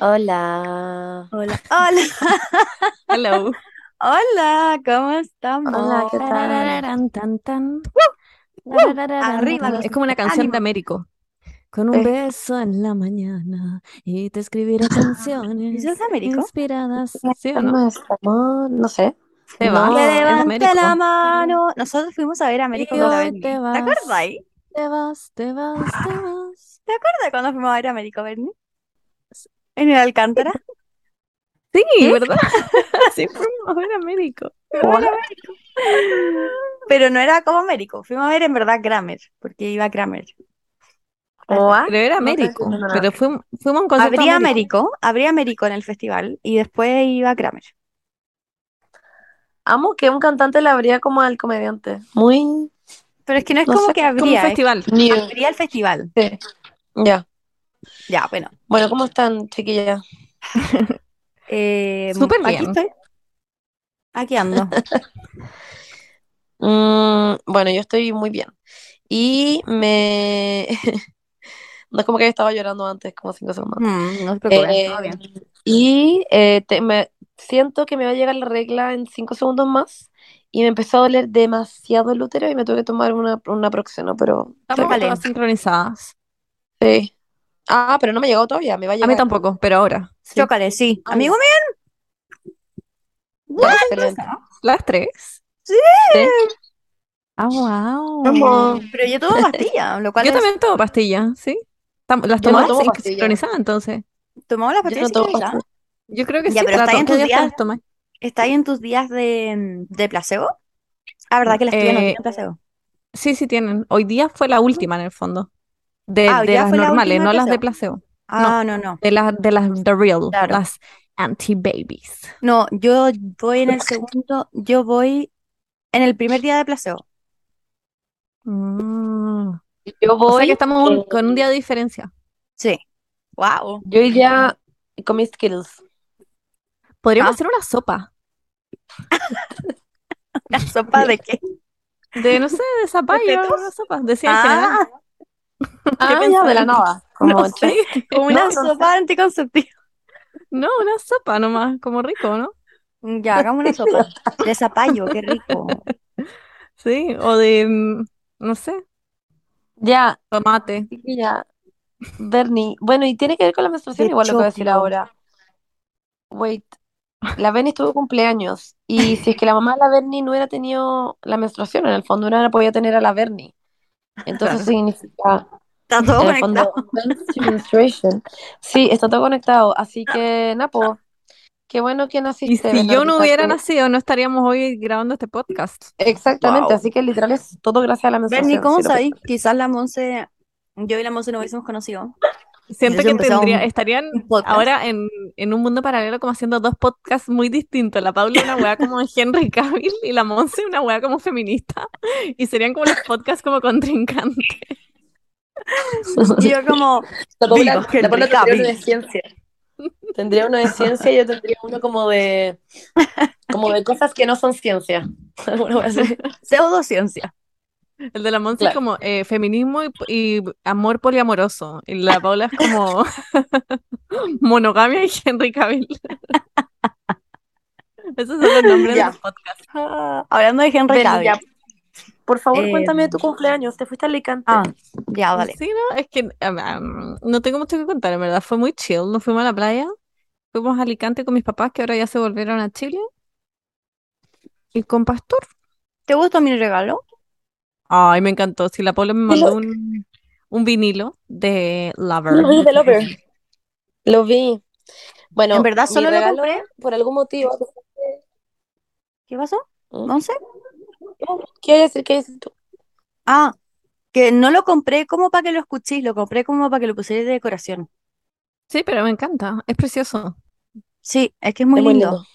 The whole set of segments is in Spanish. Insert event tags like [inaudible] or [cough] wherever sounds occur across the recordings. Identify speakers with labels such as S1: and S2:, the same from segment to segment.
S1: Hola.
S2: Hola, hola,
S1: Hello.
S2: hola, ¿cómo estamos?
S1: Hola, ¿qué tal?
S3: Tarararán, tan, tan.
S2: ¡Woo!
S3: Tarararán,
S2: Arriba
S3: tan.
S2: los
S3: Es como una canción de
S2: ánimos.
S3: Américo. Con un
S1: Eh,
S3: beso en la mañana y te escribiré
S2: ¿Eso es
S3: canciones
S2: Américo?
S3: inspiradas, ¿sí o no?
S1: ¿Cómo estamos? No sé.
S3: Te
S2: Que
S3: vas,
S1: No,
S3: es
S2: levante la
S3: Américo.
S2: mano. Nosotros fuimos a ver a Américo
S3: Y
S2: con la
S3: hoy
S2: Berni.
S3: te
S2: ¿Te acuerdas
S3: vas,
S2: ahí?
S3: te vas, te vas, te vas.
S2: ¿Te acuerdas cuando fuimos a ver a Américo, Berni? En el Alcántara.
S3: Sí, [laughs]
S2: ¿Mm?
S3: ¿verdad? Sí, fuimos a ver Américo.
S2: Fuimos a ver
S1: hola.
S2: a Américo. Pero no era como Américo. Fuimos a ver en verdad Kramer, porque iba Kramer.
S1: Hola.
S3: Pero era
S1: No te
S3: Américo,
S1: entiendo nada.
S3: pero fuimos, fuimos a un concierto de
S2: Habría
S3: Américo.
S2: Américo, habría Américo en el festival y después iba Kramer.
S1: Amo que un cantante le abría como al comediante. Muy,
S2: Pero es que no es
S1: no
S2: como
S1: sé.
S2: que
S3: Como un
S2: habría, eh. es
S3: festival.
S1: New.
S2: habría el festival.
S1: Sí. Ya.
S2: Ya, bueno.
S1: Bueno, ¿cómo están, chiquillas?
S2: Eh,
S3: Súper
S2: aquí
S3: bien.
S2: estoy, aquí [laughs] ando.
S1: Mm, bueno, yo estoy muy bien. Y me... [laughs] No es como que estaba llorando antes, como cinco segundos antes.
S2: Mm, no se preocupen,
S1: Eh,
S2: todo bien.
S1: y eh, te- me siento que me va a llegar la regla en cinco segundos más y me empezó a doler demasiado el útero y me tuve que tomar una, una proxeno, pero estoy
S3: Estamos
S1: bien.
S3: todas
S2: Tócale.
S3: sincronizadas.
S1: Sí. Ah, pero no me llegó todavía, me va a
S3: A mí
S1: llegar.
S3: tampoco, pero ahora, sí.
S2: Chócale, sí.
S1: Ah,
S2: Amigo
S1: ya.
S2: mío,
S1: Ya,
S2: ¿cuántos
S3: Ah,
S1: excelente.
S2: son?
S3: Las tres.
S2: Sí,
S1: Sí.
S3: Ah,
S1: Como-
S3: wow.
S2: pero yo tomo [laughs] pastilla, lo cual
S3: Yo
S2: es.
S3: también tomo pastillas, ¿sí? Tam- ¿Las
S1: Yo no
S3: tomabas
S1: tomo
S3: sin-
S1: pastillas.
S3: sincronizadas entonces?
S2: ¿Tomamos las
S1: Yo
S2: pastillas
S1: no tomo
S2: sincronizadas?
S1: pastillas.
S3: Yo creo que
S2: Ya,
S3: sí,
S2: pero
S3: pero ¿a
S2: está ahí
S3: to-
S2: en
S3: ¿qué
S2: tus
S3: días te
S2: días,
S3: las tomas?
S2: está ahí en tus días de, de placebo. Ah, ¿verdad que las tuyas no
S3: Eh,
S2: tienen placebo?
S3: sí, sí tienen. Hoy día fue la última en el fondo. De,
S2: Ah, hoy
S3: de
S2: día
S3: las
S2: fue la
S3: normales,
S2: última de
S3: no las de
S2: placebo.
S3: placebo. No,
S2: Ah, no, no.
S3: de las de las the real,
S2: Claro.
S3: las anti-babies.
S2: No, yo voy en el segundo, yo voy en el primer día de placebo.
S3: Mm.
S1: Yo
S3: O sea que
S1: voy,
S3: estamos un- con un
S1: eh,
S3: día de diferencia.
S2: Sí. Wow.
S1: yo hoy día comí Skittles.
S3: Podríamos
S2: Ah,
S3: hacer una sopa
S1: [laughs]
S2: ¿la sopa de qué?
S3: de, no sé, de
S2: ¿De
S3: zapallo, una
S2: fetos?
S3: sopa, decía en general.
S2: Ah,
S3: ¿Qué
S1: Ah, ya, de la
S3: pensaban? [laughs]
S1: nada.
S3: No
S1: Como,
S3: sé.
S1: che.
S2: como
S1: No,
S2: una
S1: no sé.
S2: sopa anticonceptiva.
S3: No, una sopa nomás, como rico, ¿no?
S2: Ya, hagamos una sopa. De zapallo, qué rico.
S3: Sí, o de, mm, no sé,
S1: Ya,
S3: tomate.
S1: chiquilla. Bernie, bueno, y tiene que ver con la menstruación
S2: De
S1: igual lo que voy a decir
S2: choclo.
S1: ahora. Wait, la Bernie estuvo de cumpleaños y si es que la mamá de la Bernie no hubiera tenido la menstruación, en el fondo no hubiera podido tener a la Bernie.
S3: Claro.
S1: Entonces significa,
S2: Está todo
S1: en el fondo,
S2: conectado.
S1: men's to menstruation. Sí, está todo conectado. Así que, Napo, qué bueno que
S3: Y
S1: naciste,
S3: si yo no
S1: Bernardita.
S3: hubiera
S1: que-
S3: nacido, no estaríamos hoy grabando este podcast.
S1: Exactamente,
S2: Wow.
S1: así que literal es todo gracias a la
S2: Bernie,
S1: menstruación,
S2: ¿cómo
S1: si lo
S2: sabéis?
S1: piensas.
S2: Quizás la Monse, yo y la Monse no hubiésemos conocido. Y
S3: Siento
S2: eso
S3: que
S2: empezamos
S3: tendría,
S2: un,
S3: estarían
S2: un podcast.
S3: ahora en, en un mundo paralelo como haciendo dos podcasts muy distintos. La Paula una weá
S2: [laughs]
S3: como Henry Cavill y la Monse una weá como feminista. Y serían como los podcasts como [laughs] contrincantes.
S2: Y [laughs] yo como,
S1: La
S2: viva
S1: Paula, la
S2: Henry
S1: Paula tendría uno de
S2: Cavill. [laughs]
S1: ciencia. Tendría uno de ciencia y yo tendría uno como de... Como de cosas que no son ciencia. [laughs] Alguna cosa así.
S2: Pseudociencia.
S3: El de la Monse es
S1: Claro.
S3: como eh, feminismo y, y amor poliamoroso. Y la Paula es como [laughs] monogamia y Henry Cavill. [laughs] Esos son los nombres de
S1: Ya.
S3: los podcasts.
S2: Ah, hablando de Henry
S1: Bernie,
S2: Cavill.
S1: ya. Por favor,
S2: eh,
S1: cuéntame de tu cumpleaños. ¿Te fuiste a Alicante?
S2: ah, ya, vale.
S3: Sí, no, es que um, um, no tengo mucho que contar, en verdad. Fue muy chill. Nos fuimos a la playa, fuimos a Alicante con mis papás, que ahora ya se volvieron a Chile, y con Pastor.
S2: ¿Te gustó mi regalo?
S3: Ay, me encantó. Sí, la Paula me
S1: Sí, Lo,
S3: mandó un, un vinilo de
S1: lo
S3: Lover, de
S1: vi [laughs] [laughs] de
S3: Taylor
S1: Lover.
S3: Swift.
S1: Lo vi.
S2: En
S1: Bueno,
S2: verdad
S1: mi
S2: solo lo compré.
S1: regalo, por algún motivo.
S2: ¿Qué pasó?
S1: ¿Mm?
S2: ¿Monse?
S1: ¿Qué decir? ¿Qué dices tú?
S2: Ah, que no lo compré como para que lo escuchéis, lo compré como para que lo pusierais de decoración.
S3: Sí, pero me encanta. Es precioso.
S2: Sí, es que es muy
S1: Es muy
S2: lindo,
S1: lindo.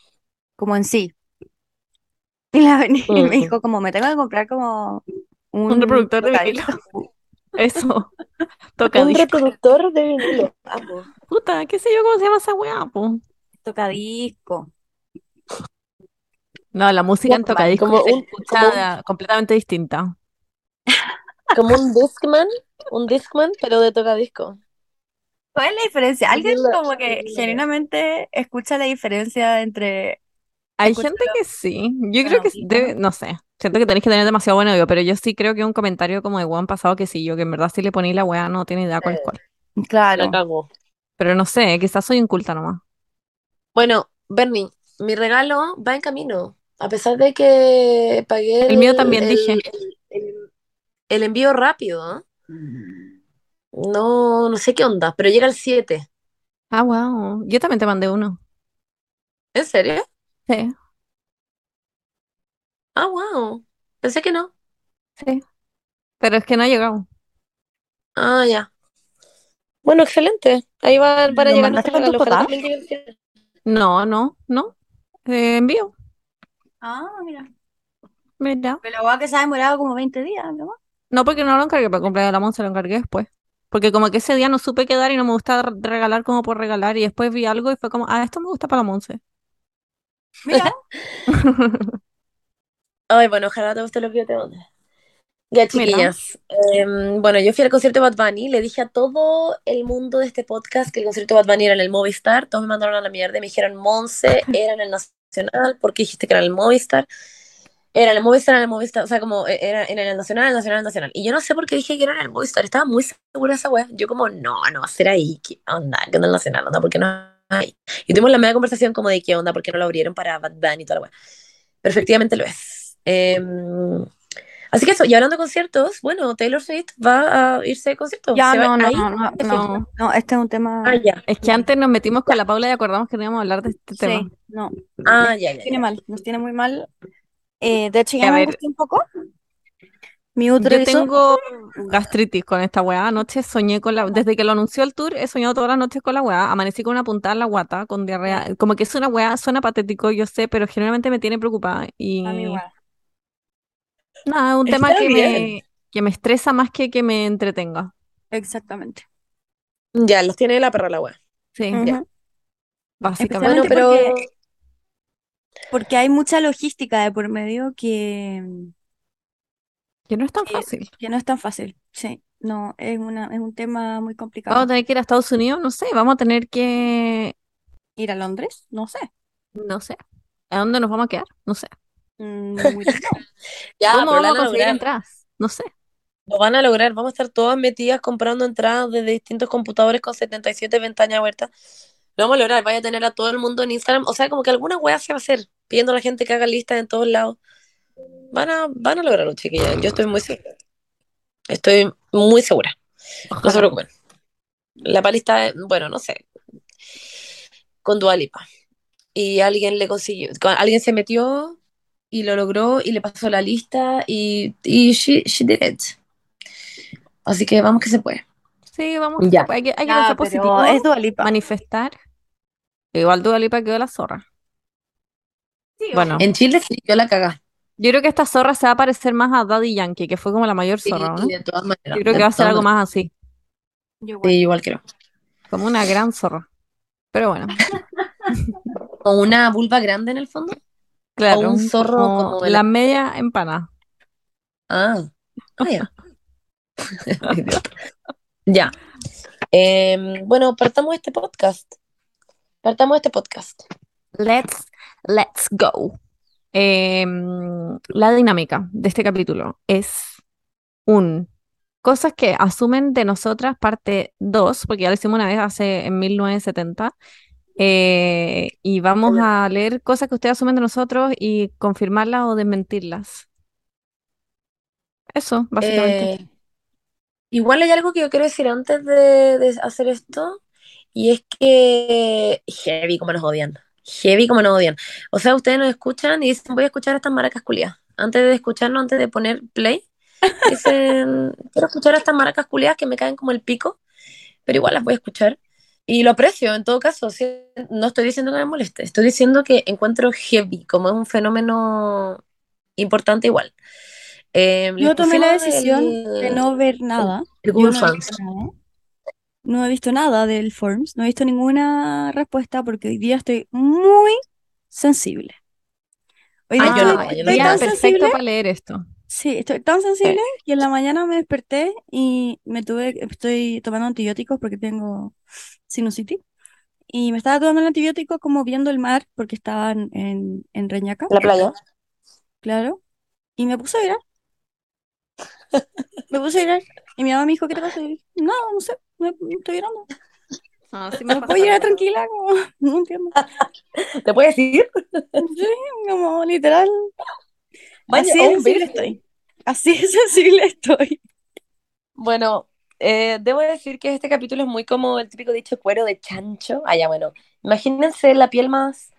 S2: como en sí. [laughs] Y la Berni me
S1: Mm.
S2: dijo como, me tengo que comprar como
S3: Un
S2: un
S3: reproductor de vinilo.
S2: tocadisco. [laughs]
S3: Eso, [laughs]
S1: Un
S3: tocadisco.
S1: reproductor de vinilo. Amo.
S3: Puta, qué sé yo cómo se llama esa weá, po.
S2: Tocadisco.
S3: No, la música en
S2: Walkman.
S3: tocadiscos
S1: Como
S3: se
S1: un, como un,
S3: escucha completamente distinta.
S1: como un Discman. Un Discman, pero de tocadisco.
S2: ¿Cuál es la diferencia? Alguien
S1: Yo la-
S2: como que genuinamente escucha la diferencia entre...
S3: Hay
S2: Escucha
S3: gente que sí. Yo
S2: la
S3: creo que sí,
S2: opinión.
S3: debe- no sé. Siento que tenés que tener demasiado buen oído, pero yo sí creo que un comentario como de Juan pasado que sí, yo que en verdad si le poní la weá no tiene idea cuál es
S1: Sí.
S3: cuál.
S2: Claro.
S1: La cago.
S3: Pero no sé, quizás soy inculta nomás.
S1: Bueno, Bernie, mi regalo va en camino. A pesar de que pagué
S3: El mío también, dije.
S1: el- el- el envío rápido, ¿eh? No, no sé qué onda, pero llega el 7.
S3: Ah, wow. Yo también te mandé uno.
S1: ¿En serio?
S3: Sí,
S1: Ah, wow. Pensé que no.
S3: sí. Pero es que no ha llegado.
S1: Ah, ya. Bueno, excelente. Ahí van, van a
S2: ¿Lo
S1: llegar
S2: mandaste
S1: nuestros
S2: con tus
S1: regalos. Ojalá
S2: papás?
S1: también llegue el 7.
S3: No, no, no. Eh, envío.
S2: Ah, mira.
S3: Mira.
S2: Pero la que se ha demorado como 20 días, ¿no?
S3: No porque no lo encargué para el cumpleaños de la Monza, lo encargué después. Porque como que ese día no supe qué dar y no me gusta re- regalar como por regalar y después vi algo y fue como, ah, esto me gusta para la Monse.
S2: Mira.
S1: Ay, bueno, ojalá te guste lo que yo te mande. Ya,
S3: Mira.
S1: chiquillas. Em, bueno, yo fui al concierto de Bad Bunny, le dije a todo el mundo de este podcast que el concierto de Bad Bunny era en el Movistar, todos me mandaron a la mierda y me dijeron, Monse, era en el Nacional, ¿por qué dijiste que era en el Movistar? Era en el Movistar, era en el Movistar, o sea, como eh, era en el Nacional, el Nacional, el Nacional. Y yo no sé por qué dije que era en el Movistar, estaba muy segura de esa wea. Yo como, no, no va a ser ahí, ¿qué onda? ¿Qué onda el Nacional? ¿Onda? ¿Por qué no es ahí? Y tuvimos la media conversación como de qué onda, por qué no lo abrieron para Bad Bunny y toda la wea. Perfectivamente lo es. Em, Así que eso, y hablando de conciertos, bueno, Taylor Swift va a irse de concierto.
S2: Ya,
S1: Se va
S2: no, no,
S1: ahí.
S2: no, no, no, no, este es un tema...
S1: Ah, ya.
S3: Es que antes nos metimos con la Paula y acordamos que no íbamos a hablar de este tema.
S2: Sí, no,
S1: Ah, ya, ya,
S2: tiene
S1: ya.
S2: mal, nos tiene muy mal. Eh, de hecho, ya
S3: A
S2: me
S3: ver.
S2: angustia un poco. Mi útero
S3: Yo
S2: hizo...
S3: tengo gastritis con esta weá. Anoche soñé con la. Desde que lo anunció el tour, he soñado todas las noches con la weá. Amanecí con una puntada en la guata, con
S2: Mm.
S3: diarrea. Como que es una weá, suena patético, yo sé, pero generalmente me tiene preocupada.
S2: A mí
S3: Y
S2: igual.
S3: nada, es un tema
S1: Está
S3: que
S1: bien.
S3: me, que me estresa más que que me entretenga.
S2: Exactamente.
S1: Ya, los tiene la perra la wea.
S3: Sí,
S1: Ya.
S2: Ujú.
S1: Bueno,
S3: básicamente.
S2: Especialmente
S1: pero
S2: porque, porque hay mucha logística de por medio que,
S3: Que no es tan
S2: que,
S3: fácil.
S2: que no es tan fácil. Sí, no, es una, es un tema
S3: Vamos
S2: muy
S3: a
S2: complicado.
S3: tener que ir a Estados Unidos, no sé, vamos a tener que.
S2: ¿Ir a Londres? No sé.
S3: No sé. ¿A dónde nos vamos a quedar? No sé. [laughs]
S2: Mm, muy complicado.
S1: ya,
S3: ¿Cómo
S1: pero
S3: vamos a
S1: lo van a
S3: conseguir
S1: lograr.
S3: entradas? No sé.
S1: Lo van a lograr. Vamos a estar todas metidas comprando entradas de distintos computadores con 77 ventanas abiertas. Lo vamos a lograr. Vaya a tener a todo el mundo en Instagram. O sea, como que alguna wea se va a hacer, pidiendo a la gente que haga listas en todos lados. Van a, van a lograrlo, chiquillas. Yo estoy muy segura. Estoy muy segura. No se
S3: Ojalá.
S1: preocupen. La pali está, bueno, no sé, con Dua Lipa. Y alguien le consiguió, con- alguien se metió y lo logró y le pasó la lista y, y she, she did it. Así que vamos que se puede.
S3: Sí, vamos que se
S1: Ya.
S3: puede. Hay que, hay que
S2: Ya,
S3: pensar
S2: Ah, pero es
S3: positivo,
S2: Dua Lipa.
S3: manifestar. Igual Dua Lipa quedó la zorra.
S2: Sí,
S3: Bueno,
S2: obvio.
S1: En Chile sí, yo la cagá.
S3: yo creo que esta zorra se va a parecer más a Daddy Yankee, que fue como la mayor
S1: Sí,
S3: zorra, ¿o ¿no?
S1: de todas
S3: Yo
S1: maneras.
S3: creo que
S1: De
S3: va a ser
S1: todas
S3: algo
S1: maneras.
S3: más así,
S2: Yo igual.
S1: Sí, igual creo.
S3: como una gran zorra. Pero
S1: [laughs]
S3: bueno,
S1: O una vulva grande en el fondo. O
S3: claro,
S1: un zorro
S3: como
S1: como de la.
S3: la media empanada.
S1: Ah, ah, ya. [laughs] Idiota. Ya. Em, bueno, partamos este podcast. Partamos este podcast.
S3: Let's, let's go. Em, la dinámica de este capítulo es un cosas que asumen de nosotras, parte 2, porque ya lo hicimos una vez hace en 1970. Eh, y vamos a leer cosas que ustedes asumen de nosotros y confirmarlas o desmentirlas. Eso, básicamente.
S1: Eh, Igual hay algo que yo quiero decir antes de, de hacer esto, y es que heavy como nos odian, heavy como nos odian. O sea, ustedes nos escuchan y dicen, voy a escuchar a estas maracas culiadas. Antes de escucharnos, antes de poner play, dicen, quiero escuchar a estas maracas culiadas que me caen como el pico, pero igual las voy a escuchar. Y lo aprecio, en todo caso, sí, no estoy diciendo que me moleste, estoy diciendo que encuentro heavy, como es un fenómeno importante igual. Eh, les
S2: Yo tomé la
S1: pusimos
S2: decisión de
S1: el,
S2: no ver
S1: el,
S2: nada.
S1: el
S2: Yo
S1: Google
S2: no he visto
S1: Forms.
S2: nada. ¿eh? No he visto nada del Forms. No he visto ninguna respuesta porque hoy día estoy muy sensible. Hoy día
S1: Ah, yo
S2: estoy,
S1: no,
S3: Ah,
S1: Ah, yo
S2: estoy
S1: no estoy
S3: día
S2: tan
S1: tan
S2: sensible
S3: perfecto para leer esto.
S2: Sí, estoy tan sensible que en la mañana me desperté y me tuve, estoy tomando antibióticos porque tengo sinusitis. Y me estaba tomando el antibiótico como viendo el mar porque estaba en, en, en Reñaca,
S1: La playa.
S2: claro. Y me puse a llorar. Me puse a llorar. Y mi mamá me dijo, ¿qué te pasa? Y yo, no, no sé, me, estoy llorando.
S3: Ah, sí me
S2: No
S3: pasa Ah.
S2: puedo llorar
S3: también.
S2: tranquila, como, [laughs] no entiendo.
S1: ¿Te puedes ir?
S2: Sí, como literal.
S1: Vaya,
S2: Así de
S1: oh,
S2: sensible
S1: virgen.
S2: estoy. Así de [laughs] sensible estoy.
S1: Bueno, eh, debo decir que este capítulo es muy como el típico dicho cuero de chancho. Ah, ya, bueno. Imagínense la piel más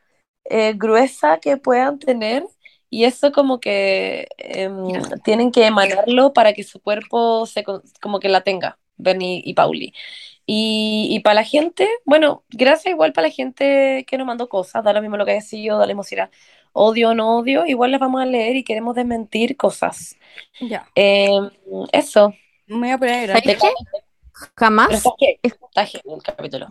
S1: eh, gruesa que puedan tener y eso como que em, tienen que emanarlo para que su cuerpo se con- como que la tenga, Bernie y Pauli. Y, y para la gente, bueno, gracias igual para la gente que nos mandó cosas, da lo mismo lo que haya sido, da la emoción, odio o no odio, igual las vamos a leer y queremos desmentir cosas.
S2: Ya,
S1: Em, eso.
S2: me voy a poner a llorar.
S3: ¿Sabes qué?
S2: Ah,
S1: Pero
S3: Jamás,
S1: está gay,
S3: es-
S1: está gay el capítulo.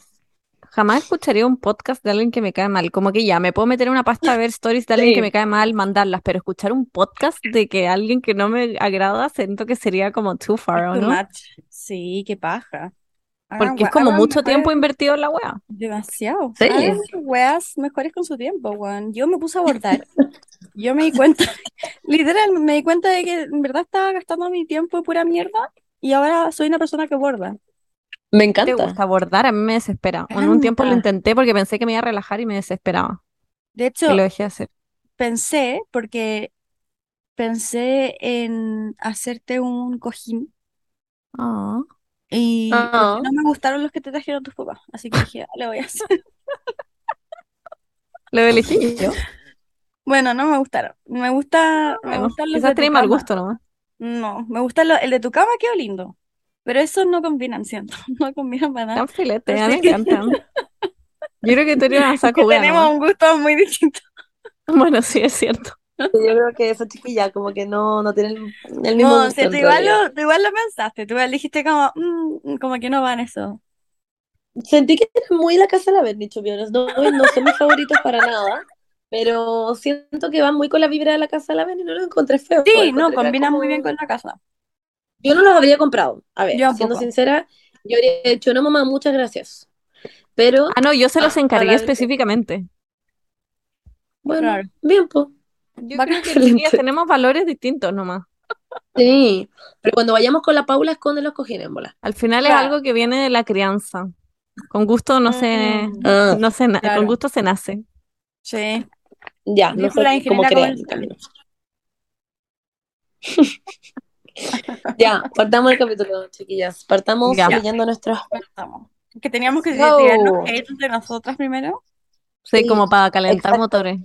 S3: jamás escucharía un podcast de alguien que me cae mal. Como que ya, me puedo meter en una pasta a ver stories de alguien
S1: Sí.
S3: que me cae mal, mandarlas, pero escuchar un podcast de que alguien que no me agrada, siento que sería como too far,
S2: Es
S3: ¿o
S2: too
S3: no?
S2: much. Sí, qué paja. Hagan
S3: Porque es
S2: wea-
S3: como
S2: hagan
S3: mucho tiempo
S2: mejores,
S3: invertido en la wea.
S2: demasiado.
S1: Sí.
S2: Hagan weas mejores con su tiempo, weón. Yo me puse a
S3: [laughs]
S2: bordar. Yo me di cuenta, [laughs] literal, me di cuenta de que en verdad estaba gastando mi tiempo en pura mierda y ahora soy una persona que borda.
S1: Me
S3: ¿Te
S1: encanta.
S3: gusta bordar? A mí me desespera. En un tiempo lo
S2: Canta.
S3: intenté porque pensé que me iba a relajar y me desesperaba. Y
S2: De
S3: lo
S2: hecho,
S3: dejé de hacer.
S2: pensé, porque pensé en hacerte un cojín
S3: Ah.
S2: y porque
S1: Ah.
S2: no me gustaron los que te trajeron tus papás, así que dije, "Ah, le voy a hacer. [laughs]
S3: Lo [laughs] elegí yo.
S2: Bueno, no me gustaron. Me gusta, me
S3: Bueno,
S2: gustan los
S3: quizás
S2: de tu
S3: tenía mal
S2: cama.
S3: gusto nomás.
S2: No, me gusta lo- el de tu cama, quedó lindo. Pero esos no combinan, siento. [laughs] No combinan para nada.
S3: Tan filete, a mí me
S2: Así
S3: [laughs]
S2: que,
S3: encantan. Yo creo que tú eres una saco
S2: que
S3: wea
S2: tenemos
S3: nomás.
S2: un gusto muy distinto.
S3: [laughs] Bueno, sí, es cierto.
S1: Yo creo que esa chiquilla como que no, no tiene el, el mismo
S2: No,
S1: gusto
S2: siento,
S1: en
S2: igual
S1: realidad.
S2: lo, tú igual lo pensaste. Tú igual dijiste como, "Mm, como que no van eso.
S1: Sentí que era muy la casa de la Bernie, to be honest. No, no son mis favoritos para nada, pero siento que van muy con la vibra de la casa de la Bernie. No los encontré feos, los
S2: Sí, no,
S1: encontré acá
S2: combinan muy bien
S1: como...
S2: con la casa.
S1: Yo no los habría comprado. A ver,
S2: Yo
S1: siendo
S2: tampoco.
S1: sincera, yo habría hecho, no mamá, muchas gracias. Pero
S3: Ah, no, yo se los
S1: a
S3: encargué
S1: la Bernie,
S3: específicamente.
S1: bueno,
S2: Claro.
S1: bien, pues.
S3: Yo
S2: Bacán.
S3: creo que chiquillas
S1: Excelente.
S3: tenemos valores distintos nomás.
S1: Sí, pero cuando vayamos con la Paula, esconde los cojines, en bola.
S3: Al final es
S2: Claro.
S3: algo que viene de la crianza. Con gusto no se,
S2: Mm,
S1: Ah,
S3: no se, na- con
S2: claro.
S3: gusto se nace.
S2: Sí.
S1: ya, no
S2: Dijo la
S1: sé cómo
S2: ingeniera
S1: crean el
S2: comercial.
S1: camino. [laughs] Ya, partamos el capítulo, chiquillas. Partamos
S3: Ya.
S1: leyendo nuestros.
S2: Estamos. Que teníamos que tirarnos
S1: Go.
S2: hate de nosotras primero.
S3: Sí,
S1: Sí,
S3: como para calentar
S1: exacto.
S3: motores.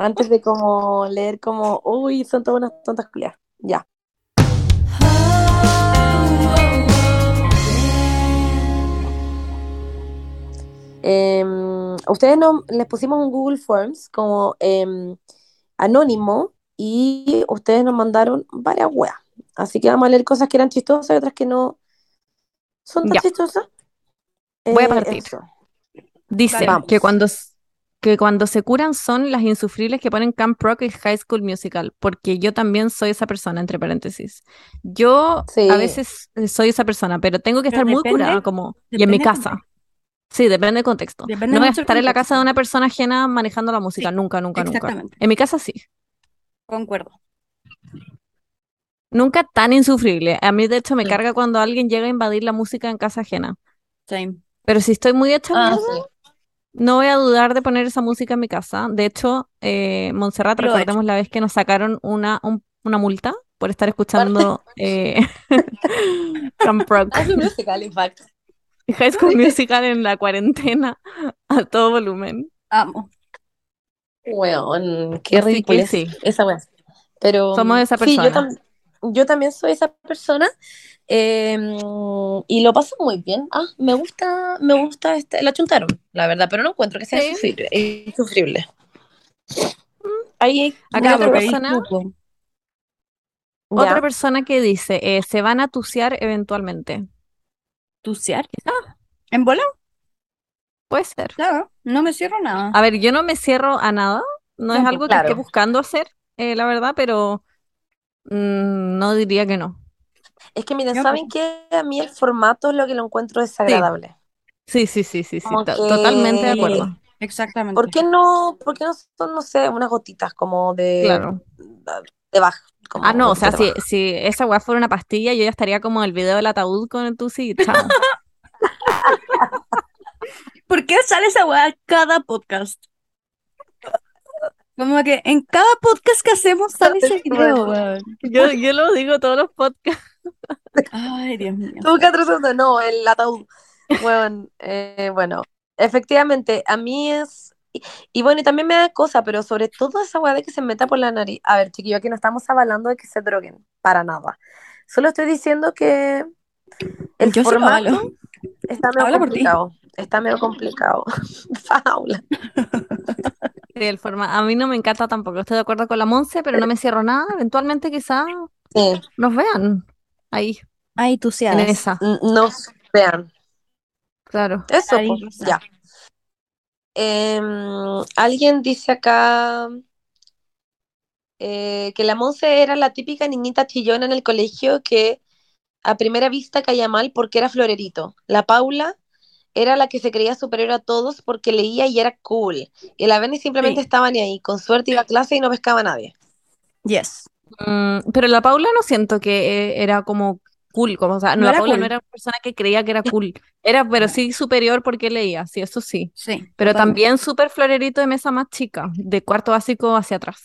S1: Antes de como leer como, uy, son todas unas tontas culias. Ya. Em, a ustedes no, les pusimos un Google Forms como em, anónimo y ustedes nos mandaron varias weas. Así que vamos a leer cosas que eran chistosas y otras que no son tan
S3: Ya,
S1: chistosas.
S3: voy a
S1: Eh,
S3: partir.
S1: eso.
S3: Dice que
S2: Dale.
S1: Vamos.
S3: cuando, s- que cuando se curan son las insufribles que ponen Camp Rock y High School Musical, porque yo también soy esa persona, entre paréntesis. Yo a
S1: Sí.
S3: veces eh, soy esa persona, pero tengo que
S2: Pero
S3: estar muy curada,
S2: depende,
S3: como, y en mi
S2: depende del
S3: casa. Sí, depende del contexto.
S2: Depende
S3: No voy a
S2: mucho del
S3: estar en la casa de
S2: contexto.
S3: una persona ajena manejando la música,
S2: Sí,
S3: nunca, nunca, nunca.
S2: exactamente.
S3: En mi casa sí.
S2: Concuerdo.
S3: Nunca tan insufrible. A mí, de hecho, me
S1: Mm.
S3: carga cuando alguien llega a invadir la música en casa ajena.
S2: Same.
S3: Pero si estoy muy hecha
S1: Ah,
S3: mierda,
S1: [laughs] sí.
S3: No voy a dudar de poner esa música en mi casa. De hecho, eh, Montserrat,
S2: Yo lo he hecho.
S3: recordemos la vez que nos sacaron una, un- una multa por estar
S1: Parte.
S3: escuchando eh, [laughs] Camp Rock,
S1: High School Musical, in fact.
S3: High School Musical en la cuarentena a todo volumen.
S2: Amo.
S1: Weón, qué
S3: Así que
S1: ridiculez
S3: sí,
S1: esa weá. Pero
S3: somos
S1: mm,
S3: esa
S1: sí, yo,
S3: persona.
S1: tam- yo también soy esa persona eh, mm, y lo paso muy bien. Ah, me gusta, me gusta, este, la chuntaron, la verdad, pero no encuentro que sea
S3: Sí. Mm.
S1: insufrible. insufrible. Ahí
S3: Acá otra
S2: No porque
S1: voy otra cosa.
S3: persona,
S2: discuto.
S3: otra
S1: Ya.
S3: persona que dice, eh, se van a tusear eventualmente.
S2: ¿Tusear?
S3: Quizá,
S2: Ah, ¿En bola?
S3: puede ser.
S2: Claro. No me cierro nada.
S1: Ah.
S3: A ver, yo no me cierro a nada, no es
S2: Tampoco.
S3: algo que esté
S1: Claro.
S3: buscando hacer, eh, la verdad, pero Mm, no diría que no.
S1: Es que miren,
S2: Ya,
S1: ¿saben
S3: pues.
S1: qué? A mí el formato es lo que lo encuentro desagradable.
S3: Sí, sí, sí, sí, sí,
S1: Como
S3: to- totalmente de
S1: que-
S3: acuerdo.
S2: Exactamente.
S1: ¿Por qué no, por qué no son, no sé, unas gotitas como de,
S3: Claro.
S1: de baja? como
S3: Ah, no, o sea,
S1: gotitas de
S3: si,
S1: baja?
S3: si esa weá fuera una pastilla, yo ya estaría como el video del ataúd con el tusi y chao.
S2: ¿Por qué sale esa weá cada podcast? Como que en cada podcast que hacemos sale ese video, weón.
S3: [laughs] Yo, yo lo digo todos los podcasts.
S2: Ay, Dios mío.
S1: Tuve que atrasarme, no, el ataúd. Bueno, eh, bueno, efectivamente, a mí es. Y, y bueno, y también me da cosa, pero sobre todo esa weá de que se meta por la nariz. A ver, chiquillo, aquí no estamos avalando de que se droguen, para nada. Solo estoy diciendo que el
S2: Yo sí lo avalo.
S1: formato está medio
S2: Habla por ti.
S1: complicado. Está medio complicado. [laughs] Paula.
S3: Sí, el forma... A mí no me encanta tampoco. Estoy de acuerdo con la Monse, pero no me cierro nada. Eventualmente quizá
S1: Sí,
S3: nos vean ahí,
S2: Ay, tú
S3: en esa.
S1: n- no vean.
S3: Claro.
S1: Eso,
S2: Ahí
S1: pues,
S2: está.
S1: ya. Em, alguien dice acá eh, que la Monse era la típica niñita chillona en el colegio que a primera vista caía mal porque era florerito. La Paula era la que se creía superior a todos porque leía y era cool. Y la Vene simplemente
S2: Sí.
S1: estaba ni ahí. Con suerte iba a clase y no pescaba a nadie.
S2: Yes.
S3: Mm, pero la Paula no siento que eh, era como cool. Como, o sea, no,
S2: No
S3: la
S2: era
S3: Paula no
S2: cool.
S3: era una persona que creía que era cool. Era, pero
S2: No.
S3: sí superior porque leía, sí, eso sí.
S2: Sí.
S3: Pero
S2: totalmente.
S3: también súper florerito de mesa más chica, de cuarto básico hacia atrás.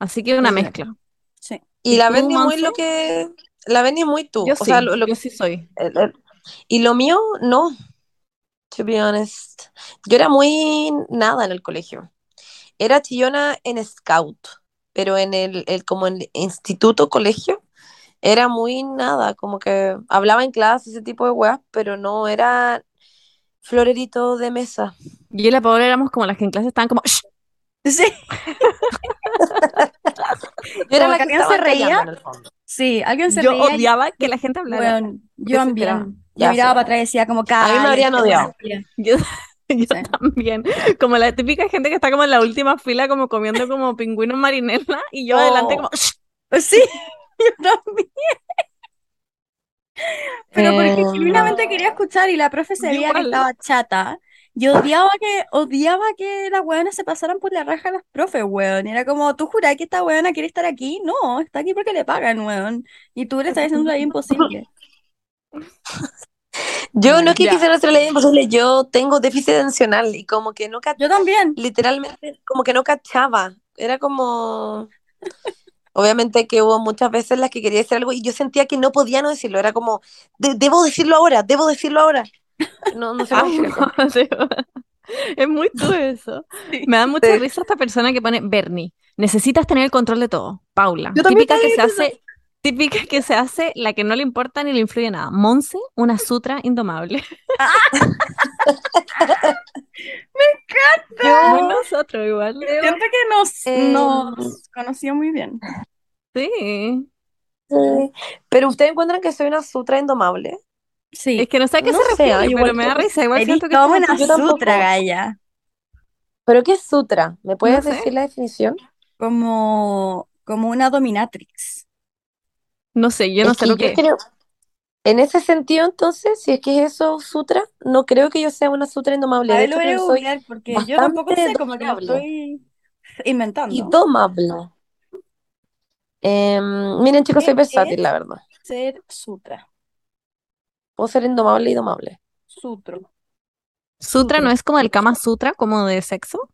S3: Así que una
S2: Sí.
S3: mezcla.
S2: Sí.
S1: Y
S3: ¿Y
S1: la
S3: tú,
S1: Vene muy
S3: Monse?
S1: lo que... La Vene es muy tú.
S3: Yo
S1: O sea,
S3: sí,
S1: lo- lo-
S3: yo sí soy.
S1: el- el- y lo mío, no. To be honest. Yo era muy nada en el colegio. Era chillona en scout, pero en el, el- como en el instituto, colegio, era muy nada, como que hablaba en clase, ese tipo de weas, pero no era florerito de mesa.
S3: Yo y la Paula éramos como las que en clase estaban como, "Shh",
S2: [laughs] Sí.
S1: Yo era
S2: Como que
S1: la que
S2: alguien se
S1: estaba callando
S2: reía.
S1: en el fondo.
S2: Sí, alguien se
S3: yo
S2: reía y-
S3: odiaba que la gente hablara.
S2: Bueno, yo
S3: Eso esperaba.
S2: también. Yo
S1: Ya,
S2: miraba
S1: sí.
S2: para atrás y decía como
S1: A mí me habrían odiado.
S3: Yo, [laughs] yo
S2: Sí.
S3: también, como la típica gente que está como en la última fila, como comiendo como pingüinos marinela, y yo adelante
S1: Oh.
S3: como, "Shh".
S2: Sí, [laughs] yo también. Pero porque
S1: Em,
S2: genuinamente quería escuchar y la profe se
S3: Yo
S2: veía que
S3: Eh, igual.
S2: estaba chata. Y odiaba que, odiaba que las weonas se pasaran por la raja a las profes, weón. Y era como, ¿tú jurás que esta weona quiere estar aquí? No, está aquí porque le pagan, weón. Y tú le estás haciendo la vida
S3: [laughs]
S2: imposible.
S1: Yo no es que
S3: Ya.
S1: quisiera hacer la idea imposible, yo tengo déficit atencional y como que no, ca-
S2: Yo también.
S1: literalmente, como que no cachaba. Era como... Obviamente que hubo muchas veces en las que quería decir algo y yo sentía que no podía no decirlo. Era como, "De- debo decirlo ahora, debo decirlo ahora. No,
S3: [laughs]
S1: no sé cómo
S3: Ay,
S1: explicarlo.
S3: Ah, no, sí, es muy tú eso. Me da mucha risa esta persona que pone Bernie. Necesitas tener el control de todo. Paula,
S1: Yo también
S3: típica que se hace, típica que se hace la que no le importa ni le influye nada. Monse, una sutra indomable. Muy
S1: Yo,
S3: [laughs] nosotros igual.
S2: Siento que nos,
S1: Eh,
S2: nos conoció muy bien.
S3: Sí.
S1: eh, pero ustedes encuentran que soy una sutra indomable.
S3: Es
S2: Sí.
S3: que no sé a qué
S1: No
S3: se
S1: sé,
S3: refiere,
S1: ay,
S3: pero
S1: igual
S3: me
S1: yo-
S3: da risa. Igual
S2: Eres
S3: siento que es
S2: como
S3: como
S2: una
S3: tú.
S1: yo tampoco.
S2: sutra, Gaya.
S1: ¿Pero qué es sutra? ¿Me puedes
S3: sé.
S1: decir la definición?
S2: Como, como una dominatrix.
S3: No sé, yo no
S1: Es
S3: sé
S1: que
S3: lo
S1: yo
S3: que es.
S1: creo, en ese sentido, entonces, si es que es eso sutra, no creo que yo sea una sutra indomable.
S2: A
S1: De
S2: ver, lo
S1: hecho,
S2: voy a
S1: creo que soy
S2: googlear porque yo tampoco
S1: bastante
S2: sé, como que lo
S1: dominable.
S2: estoy
S1: y
S2: inventando.
S1: domable. Em, miren, chicos,
S2: ¿Qué
S1: soy versátil,
S2: es
S1: la verdad.
S2: ser sutra?
S1: Puedo ser indomable y domable.
S2: Sutro.
S3: Sutra no
S2: Sutra.
S3: es como el Kama Sutra, como de sexo.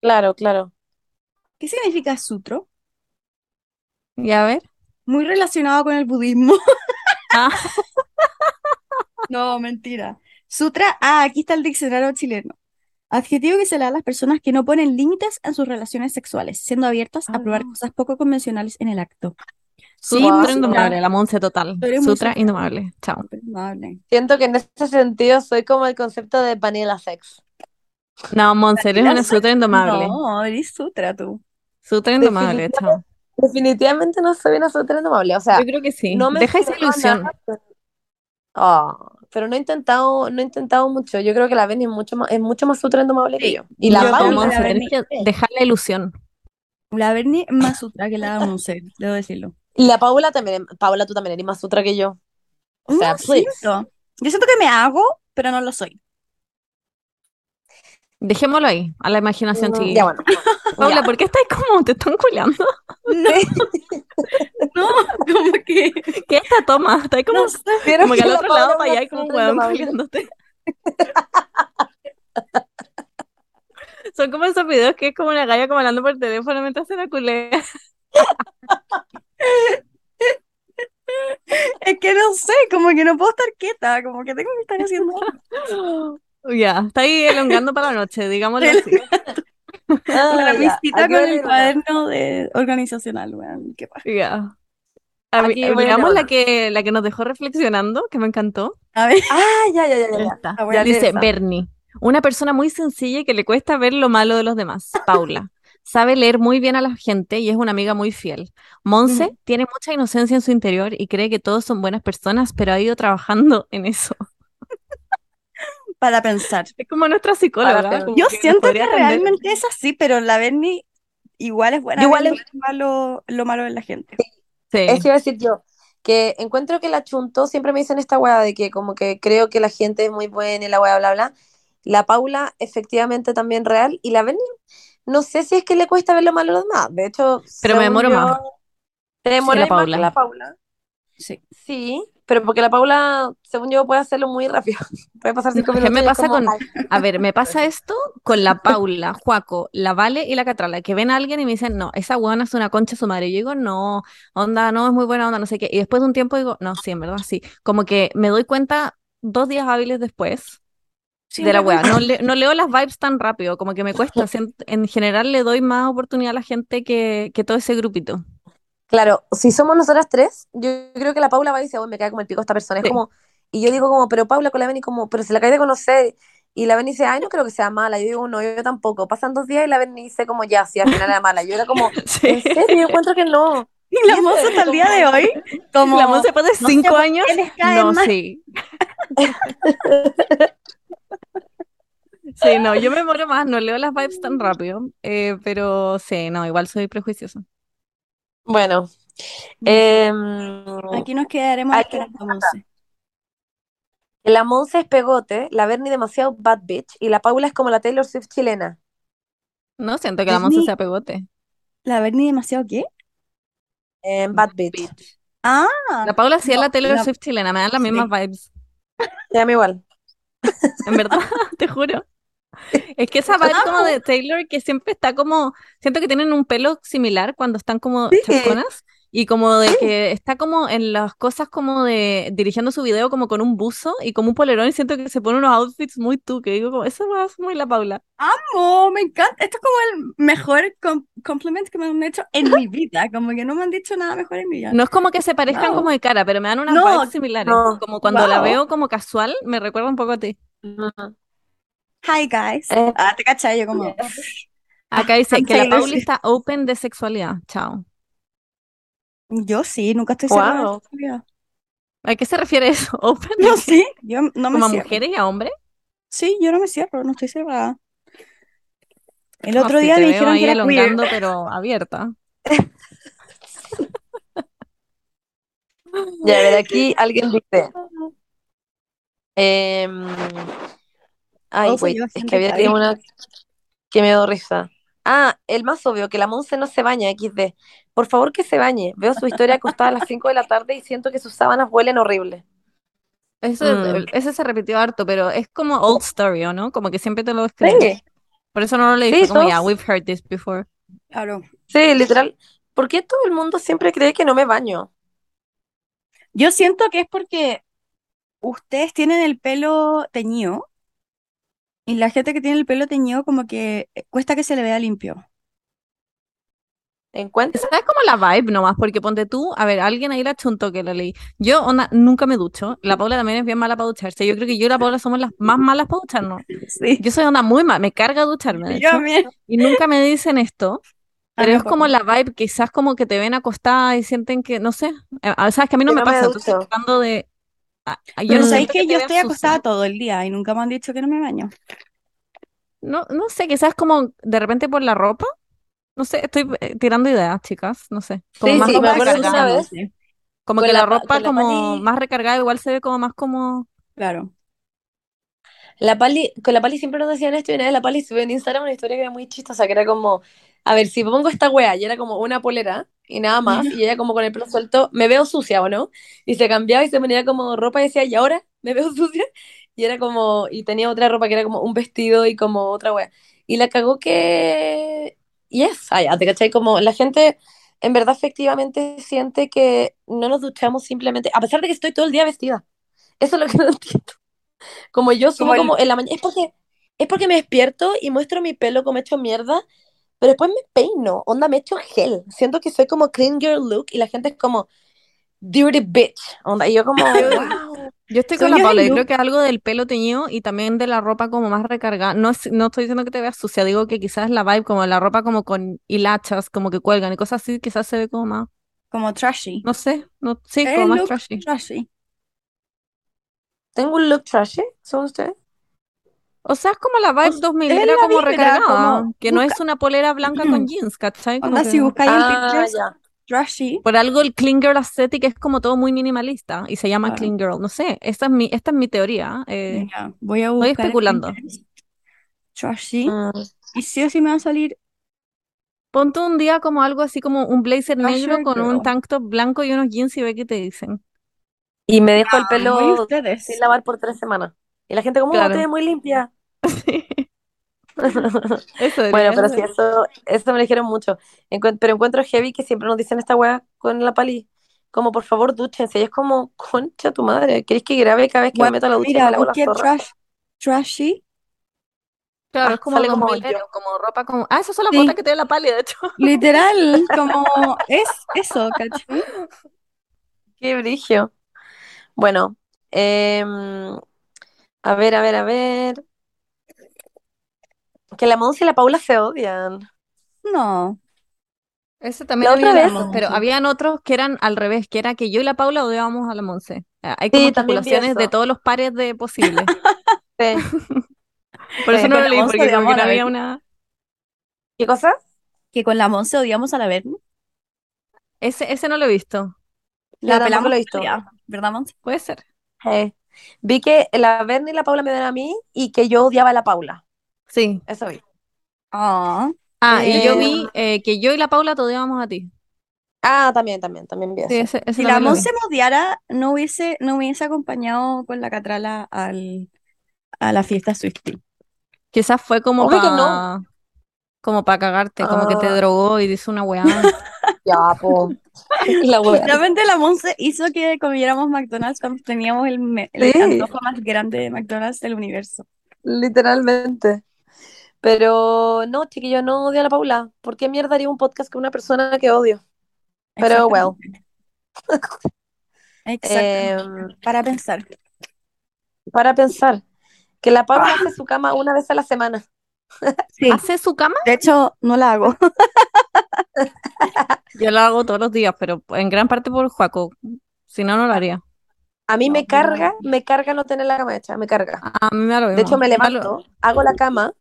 S1: Claro, claro.
S2: ¿Qué significa sutro?
S3: Ya a ver.
S2: Muy relacionado con el
S1: [laughs]
S2: budismo.
S3: Ah,
S2: [laughs] No, mentira. Sutra, ah, aquí está el diccionario chileno. Adjetivo que se le da a las personas que no ponen límites en sus relaciones sexuales, siendo abiertas
S3: Ah,
S2: a probar
S3: no.
S2: cosas poco convencionales en el acto. Sí, muy
S3: sutra
S2: sutra.
S3: indomable, la Monse total.
S2: Tú eres muy
S3: Sutra
S2: sutra.
S3: indomable. Chao.
S2: Súper amable.
S1: Siento que en ese sentido soy como el concepto de vanilla sex.
S3: No, Monse, eres
S2: ¿Vanilla
S3: una
S2: sex?
S3: sutra indomable.
S2: No, eres sutra tú.
S3: Sutra indomable, chao.
S1: Definitivamente. Definitivamente no soy una sutra indomable. O
S3: Yo
S1: sea,
S3: creo que sí.
S1: no me
S3: Deja esa
S1: cierro a nada,
S3: ilusión.
S1: Ah, pero no he intentado, no he intentado mucho. Yo creo que la Benny es mucho más, es mucho más sutra indomable que
S2: Sí,
S1: yo. Y la
S2: yo
S3: No,
S2: también.
S1: Paula.
S2: La
S3: Monse, tenés
S2: Berni-
S3: que dejar la ilusión.
S2: La Berni es más sutra que la Monse, debo decirlo.
S1: Y la Paula también, Paula, tú también eres más sutra que yo. O sea,
S2: No
S1: please.
S2: siento. Yo siento que me hago, pero no lo soy.
S3: Dejémoslo ahí, a la imaginación, chiquilla.
S1: Ya bueno.
S3: [laughs] Paula,
S1: Ya.
S3: ¿por qué estás como te están culeando?
S2: No, [laughs] no, como que
S3: ¿Qué es esta toma? Estás como,
S2: no sé.
S3: como
S1: [laughs]
S3: que al
S1: la
S3: otro
S1: Paula
S3: lado
S1: es
S3: para
S1: una
S3: allá hay como un
S1: sutra,
S3: hueón
S1: Paula.
S3: culeándote. [laughs] Son como esos videos que es como una galla como hablando por teléfono mientras se la
S1: [gasps]
S3: culea.
S2: Es que no sé, como que no puedo estar quieta, como que tengo que estar haciendo algo.
S3: Ya, está ahí elongando para la noche, digámoslo
S1: [laughs]
S3: así.
S1: Ah,
S2: La
S1: ya.
S2: visita
S1: Aquí
S2: con
S1: voy a
S2: el
S1: ir una.
S2: cuaderno de organizacional, weón, qué paja.
S3: Ya. A mí-
S1: Aquí voy a
S3: leamos
S1: leer
S3: la
S1: una.
S3: que, la que nos dejó reflexionando, que me encantó.
S2: A ver,
S1: Ah, ya, ya, ya, ya, ya.
S3: Esta.
S2: Ah, bueno,
S3: Dice
S1: esa.
S3: Bernie, una persona muy sencilla y que le cuesta ver lo malo de los demás. Paula, sabe leer muy bien a la gente y es una amiga muy fiel. Monse
S2: Ujú.
S3: tiene mucha inocencia en su interior y cree que todos son buenas personas, pero ha ido trabajando en eso.
S2: [laughs]
S3: [laughs]
S2: para pensar.
S3: Es como nuestra psicóloga.
S1: Para-
S3: como
S2: Yo
S3: que
S2: siento que
S3: podría atender.
S2: realmente es así, pero la Bernie igual es buena.
S1: Yo igual
S2: viendo lo malo, lo malo de la gente.
S3: Sí.
S1: Es que iba a decir yo, que encuentro que la Chunto, siempre me dicen esta weá de que como que creo que la gente es muy buena y la weá, bla, bla. La Paula, efectivamente, también real. Y la Benny, no sé si es que le cuesta ver lo malo a los demás. De hecho,
S3: Pero me
S1: según
S3: demoro
S1: yo,
S3: más.
S1: Te demoras más que
S3: Paula.
S1: la Paula.
S2: Sí.
S1: Sí, pero porque la Paula, según yo, puede hacerlo muy rápido. [laughs] Puede pasar cinco
S3: No, es que
S1: minutos.
S3: me
S1: y es
S3: pasa
S1: como,
S3: con-
S1: ay,
S3: A ver, me pasa esto con la Paula, Juaco, la Vale y la Catrala, que ven a alguien y me dicen, no, esa huevona es una concha de su madre. Y yo digo, no, onda, no, es muy buena onda, no sé qué. Y después de un tiempo digo, no, sí, en verdad, sí. Como que me doy cuenta dos días hábiles después de la
S2: Siempre
S3: hueá. No, le- no leo las vibes tan rápido, como que me cuesta. Sien- En general le doy más oportunidad a la gente que, que todo ese grupito. [laughs]
S1: Claro, si somos nosotras tres, yo creo que la Paula va y dice, uy, me cae como el pico esta persona. Es
S3: Sí.
S1: como, y yo digo como, pero Paula con la Beni como, pero si la caí de conocer. Y la Beni dice, ay, no creo que sea mala. Yo digo, no, yo tampoco. Pasan dos días y la Beni dice como, ya, sí, al final era mala. Yo era [laughs] como, en
S3: Sí.
S1: serio, yo encuentro que no.
S2: Y [laughs] la
S1: Y eso
S2: moza
S1: es
S2: hasta el día
S1: como-
S2: de hoy, como
S3: La Monse después de
S2: no sé
S3: cinco
S2: por qué
S3: años,
S2: les cae
S3: no,
S2: mal.
S3: sí. Sí, no, yo me muero más, no leo las vibes tan rápido, eh, pero sí, no, igual soy prejuiciosa.
S1: Bueno, eh,
S2: Aquí nos quedaremos
S1: Aquí-
S2: esperando, Monse.
S1: la Monse es pegote, la Berni demasiado bad bitch y la Paula es como la Taylor Swift chilena.
S3: No siento que la Monse
S2: Disney-
S3: sea pegote.
S2: ¿La Bernie demasiado qué?
S1: Eh, bad bitch.
S2: Ah,
S3: La Paula sí es
S2: No,
S3: la Taylor
S2: la-
S3: Swift chilena, me dan las mismas vibes,
S1: Se llama igual.
S3: en verdad, [laughs] te juro. Es que esa vibe como
S2: [laughs]
S3: de Taylor que siempre está como, siento que tienen un pelo similar cuando están como chasconas y como de que está como en las cosas como de dirigiendo su video como con un buzo y como un polerón y siento que se pone unos outfits muy tú, que digo como, eso es muy la Paula.
S2: amo, me encanta. Esto es como el mejor com- compliment que me han hecho en mi vida. Como que no me han dicho nada mejor en mi vida.
S3: No es como que se parezcan
S2: No.
S3: como de cara, pero me dan unas
S2: No,
S3: vibes similares.
S1: no.
S3: Como cuando la
S2: Wow.
S3: veo como casual, me recuerda un poco a ti.
S2: Hi, guys.
S1: Eh.
S2: Ah, te cachai, yo como.
S3: Acá
S2: Ah,
S3: dice
S2: I'm
S3: que la
S2: Taylor
S3: Pauli
S2: Swift.
S3: está open de sexualidad. Chao.
S2: Yo sí, nunca estoy cerrada de
S1: Wow.
S2: esta vida.
S3: ¿A qué se refiere eso? [laughs] ¿Open? de
S2: Yo
S3: qué?
S2: sí, yo no me
S3: ¿Como a
S2: cierro.
S3: mujeres y a hombres?
S2: Sí, yo no me cierro, no estoy cerrada. El
S3: No,
S2: otro
S3: sí,
S2: día
S3: te
S2: me
S3: veo
S2: dijeron
S3: ahí
S2: que era queer.
S3: elongando, pero
S2: [laughs]
S3: abierta.
S1: Ya, a ver, aquí alguien dice. em, ay,
S2: Todo fue
S1: güey,
S2: yo,
S1: es
S2: gente
S1: que había
S2: que
S1: tenido
S2: habla.
S1: una que me dio risa. Ah, el más obvio, que la Monse no se baña, XD. Por favor que se bañe. Veo su historia acostada a las 5 de la tarde y siento que sus sábanas huelen horrible.
S3: Eso,
S1: Mm.
S3: ese se repitió harto, pero es como
S2: Oh.
S3: old story, ¿o no? Como que siempre te lo escriben.
S1: Sí,
S3: Por eso no lo leí.
S1: Sí,
S3: fue como,
S1: todos-
S3: yeah, we've heard this before.
S2: Claro.
S1: sí, literal. ¿Por qué todo el mundo siempre cree que no me baño?
S2: Yo siento que es porque ustedes tienen el pelo teñido y la gente que tiene el pelo teñido como que eh, cuesta que se le vea limpio.
S1: ¿Encuentras?
S3: ¿Sabes como la vibe nomás? Porque ponte tú, a ver, alguien ahí la chuntó que la leí. Yo, onda, nunca me ducho. La Paula también es bien mala para ducharse. Yo creo que yo y la Paula somos las más malas para ducharnos.
S2: [laughs] Sí.
S3: Yo soy onda muy mala, me carga ducharme, de
S2: Yo
S3: hecho.
S2: también.
S3: Y nunca me dicen esto,
S2: A
S3: Ah, pero
S2: mí
S3: es como
S2: tampoco.
S3: la vibe, quizás como que te ven acostada y sienten que, no sé, eh, ah, sabes que a mí no
S1: Que
S3: me
S1: no me
S3: pasa, entonces
S1: ducho.
S3: tratando de... ah, ah, Yo
S2: Pero
S3: no
S1: Mm.
S2: sabéis
S3: siento que
S2: que
S3: te
S2: yo
S3: vean
S2: estoy acostada
S3: sucia.
S2: todo el día y nunca me han dicho que no me baño.
S3: No, no sé, quizás como de repente por la ropa. No sé, estoy eh, tirando ideas, chicas, no sé. Como
S1: Sí,
S3: más
S1: sí,
S3: ropa
S1: me acuerdo de una
S3: recargada,
S1: vez.
S3: sí. Como
S1: Con
S3: que la
S1: la pa-
S3: ropa
S1: con la
S3: como
S1: Pali-
S3: más recargada igual se ve como más como...
S2: Claro.
S1: La Pali, con la Pali siempre nos decían esto y una vez la Pali subió en Instagram una historia que era muy chistosa, que era como, a ver, si pongo esta wea y era como una polera y nada más, y ella como con el pelo suelto, me veo sucia o no, y se cambiaba y se ponía como ropa y decía, y ahora me veo sucia, y era como, y tenía otra ropa que era como un vestido y como otra wea. Y la cagó que... Yes, ah, ya, te cachai, como la gente en verdad efectivamente siente que no nos duchamos simplemente, a pesar de que estoy todo el día vestida. Eso es lo que [laughs] no entiendo. Como yo
S2: Como
S1: subo
S2: el-
S1: como en la mañana. Es porque, es porque me despierto y muestro mi pelo como hecho mierda, pero después me peino. Onda, me echo gel. Siento que soy como clean girl look y la gente es como dirty bitch. Onda, y yo como, wow.
S3: Yo estoy
S2: Soy
S3: con la
S2: yo
S3: Paula,
S2: el
S3: yo creo
S2: look.
S3: que algo del pelo teñido y también de la ropa como más recargada. No, es- no estoy diciendo que te veas sucia, digo que quizás la vibe como la ropa como con hilachas, como que cuelgan y cosas así, quizás se ve como más,
S2: Como trashy.
S3: no sé, no, sí, como
S2: El
S3: más
S2: look
S3: trashy.
S2: trashy.
S1: ¿Tengo un look trashy? ¿Son ustedes?
S3: O sea, es como la
S2: O
S3: vibe
S2: sea, es
S3: 2000 era
S2: la
S3: como
S2: víspera,
S3: recargada,
S2: como
S3: que no
S2: busca.
S3: es una polera blanca
S2: [clears throat]
S3: con jeans, ¿cachai? Como
S2: Onda, si
S3: que
S2: buscáis en
S1: Ah,
S2: Pinterest,
S1: ya.
S2: trashy.
S3: por algo el clean girl aesthetic es como todo muy minimalista y se llama
S2: Claro.
S3: clean girl. No sé, esa es mi, esta es mi teoría. eh,
S2: Ya, voy a
S3: estoy
S2: buscar en
S3: especulando. Ah.
S2: Pinterest. Trashy.
S1: Mm.
S2: Y sí o sí me va a salir
S3: Ponte un día como algo así como un blazer negro
S2: Trasher
S3: con un
S2: Girl.
S3: tank top blanco y unos jeans y ve qué te dicen. [laughs]
S1: Y me dejo el
S2: ah, Muy
S1: pelo sin
S2: ustedes.
S1: lavar por tres semanas. Y la gente como, oh, te
S3: Claro.
S1: ves
S2: [laughs]
S1: muy limpia.
S3: Eso
S1: Bueno,
S3: debería
S1: pero sí,
S3: ser.
S1: eso, eso me lo dijeron mucho. Encuent- pero encuentro heavy que siempre nos dicen esta weá con la pali. Como, por favor, dúchense. Y es como, concha tu madre, ¿querés que grabe cada vez que me
S2: Bueno,
S1: meto a la ducha y me
S2: mira,
S1: lavo la
S2: busqué
S1: zorra?
S2: trash, trashy.
S3: Claro, es
S1: Ah,
S3: como
S1: sale como
S3: 2000
S1: yo.
S3: ero, como ropa como... Ah, esas son las botas
S2: Sí,
S3: que te da la pálida, de hecho.
S2: literal, como es eso, ¿cachai?
S1: Qué brigio. Bueno, em, a ver, a ver, a ver. Que la Monse y la Paula se odian.
S2: No,
S3: Eso también
S1: La
S3: había
S1: otra
S3: en la
S1: vez,
S3: Monse, pero
S2: no.
S3: habían otros que eran al revés, que era que yo y la Paula odiábamos a la Monse. Ah, Hay como
S1: sí, también vi
S3: especulaciones de
S1: eso.
S3: todos los pares de
S1: [laughs]
S3: posibles.
S1: Sí.
S3: Por eso
S2: Eh,
S3: no lo
S2: con la
S3: leí,
S2: Monse
S3: porque como
S2: odiamos
S3: que
S2: a
S3: no
S2: la
S3: había
S2: Berni.
S3: una...
S1: ¿Qué cosa?
S2: Que con la Monse odiamos a la Berni.
S3: Ese, ese no lo he visto.
S1: Yo
S2: La
S1: tampoco
S2: pelamos
S1: lo he
S2: todo el
S1: visto.
S2: día, ¿verdad, Monse?
S3: Puede ser.
S1: Eh, Vi que la Berni y la Paula me odian a mí y que yo odiaba a la Paula.
S3: Sí.
S1: Eso vi.
S2: Ah,
S3: Ah, y yo
S2: eh,
S1: Em,
S3: vi eh, que yo y la Paula te odiábamos a ti.
S1: Ah, también, también, también vi
S3: Sí,
S1: eso.
S3: ese, ese
S2: si la
S3: también lo
S2: Monse
S3: vi.
S2: me odiara, no hubiese, no me hubiese acompañado con la Catrala al, a la fiesta Swiftie.
S3: Quizás fue como
S1: Obvio que no.
S3: para como para cagarte, como que te
S1: Ah,
S3: drogó y dice una
S1: [laughs]
S3: weá.
S1: ya, po. La wea.
S2: Literalmente la Monse hizo que comiéramos McDonald's cuando teníamos el, me- el
S1: Sí,
S2: antojo más grande de McDonald's del universo.
S1: literalmente. Pero no, chiquillo, no odio a la Paula. ¿Por qué mierda haría un podcast con una persona que odio? Pero well.
S2: Exactamente,
S1: [laughs]
S2: exactamente.
S1: Em,
S2: Para pensar.
S1: para pensar que la Paula hace
S2: ¡Ah!
S1: su cama una vez a la semana.
S2: Sí,
S3: ¿Hace su cama?
S2: de hecho, no la hago. [laughs]
S3: Yo la hago todos los días, pero en gran parte por Joaco. Si no, no lo haría.
S1: A mí
S2: No,
S1: me
S2: yo no la
S1: carga,
S2: hago.
S1: me carga no tener la cama hecha, me carga.
S3: A mí me da lo
S1: De
S3: mismo.
S1: hecho, me
S3: Me da lo-
S1: levanto, hago la cama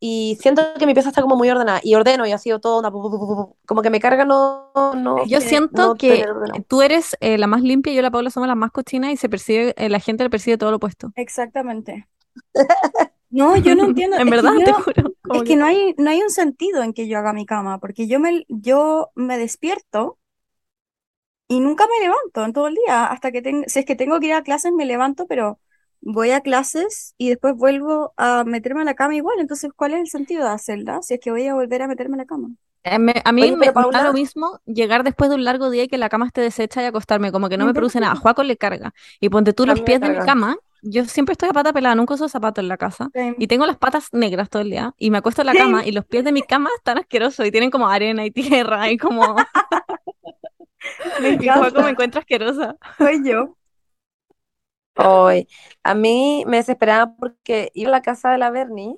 S1: y siento que mi pieza está como muy ordenada. Y ordeno y así todo, onda, pu, pu, pu, pu, pu. como que me carga no, no,
S2: Es
S3: Yo
S2: que,
S3: siento
S1: no tener
S3: que
S1: ordenado.
S3: tú eres eh, la más limpia, yo y la Paula somos las más cochinas y se percibe, eh, la gente le percibe todo lo opuesto.
S2: exactamente. No, yo no
S3: [laughs]
S2: entiendo.
S3: En
S2: Es
S3: verdad,
S2: que yo,
S3: te juro.
S2: es
S3: Como
S2: que
S3: que.
S2: no hay, no hay un sentido en que yo haga mi cama, porque yo me, yo me despierto y nunca me levanto en todo el día. Hasta que tengo, si es que tengo que ir a clases, me levanto, pero voy a clases y después vuelvo a meterme a la cama igual. Entonces, ¿cuál es el sentido de hacerla? Si es que voy a volver a meterme a la cama.
S3: Eh, me- a mí
S1: Oye,
S3: me,
S1: pero
S3: me da lo
S1: Paula,
S3: mismo llegar después de un largo día y que la cama esté deshecha y acostarme, como que no
S2: No
S3: me
S2: importa.
S3: produce nada. Juaco le carga. Y ponte tú
S1: a
S3: los
S1: mí me
S3: pies de mi
S1: carga.
S3: cama. Yo siempre estoy a pata pelada, nunca uso zapatos en la casa.
S2: [laughs]
S3: Y
S2: Same.
S3: tengo las patas negras todo el día. Y me acuesto en la
S2: Same.
S3: cama y los pies de mi cama están asquerosos y tienen como arena y tierra y como...
S2: Me
S3: Y Juaco me
S2: [laughs] encanta.
S3: encuentra asquerosa.
S2: Soy yo.
S1: Hoy, a mí me desesperaba porque iba a la casa de la Bernie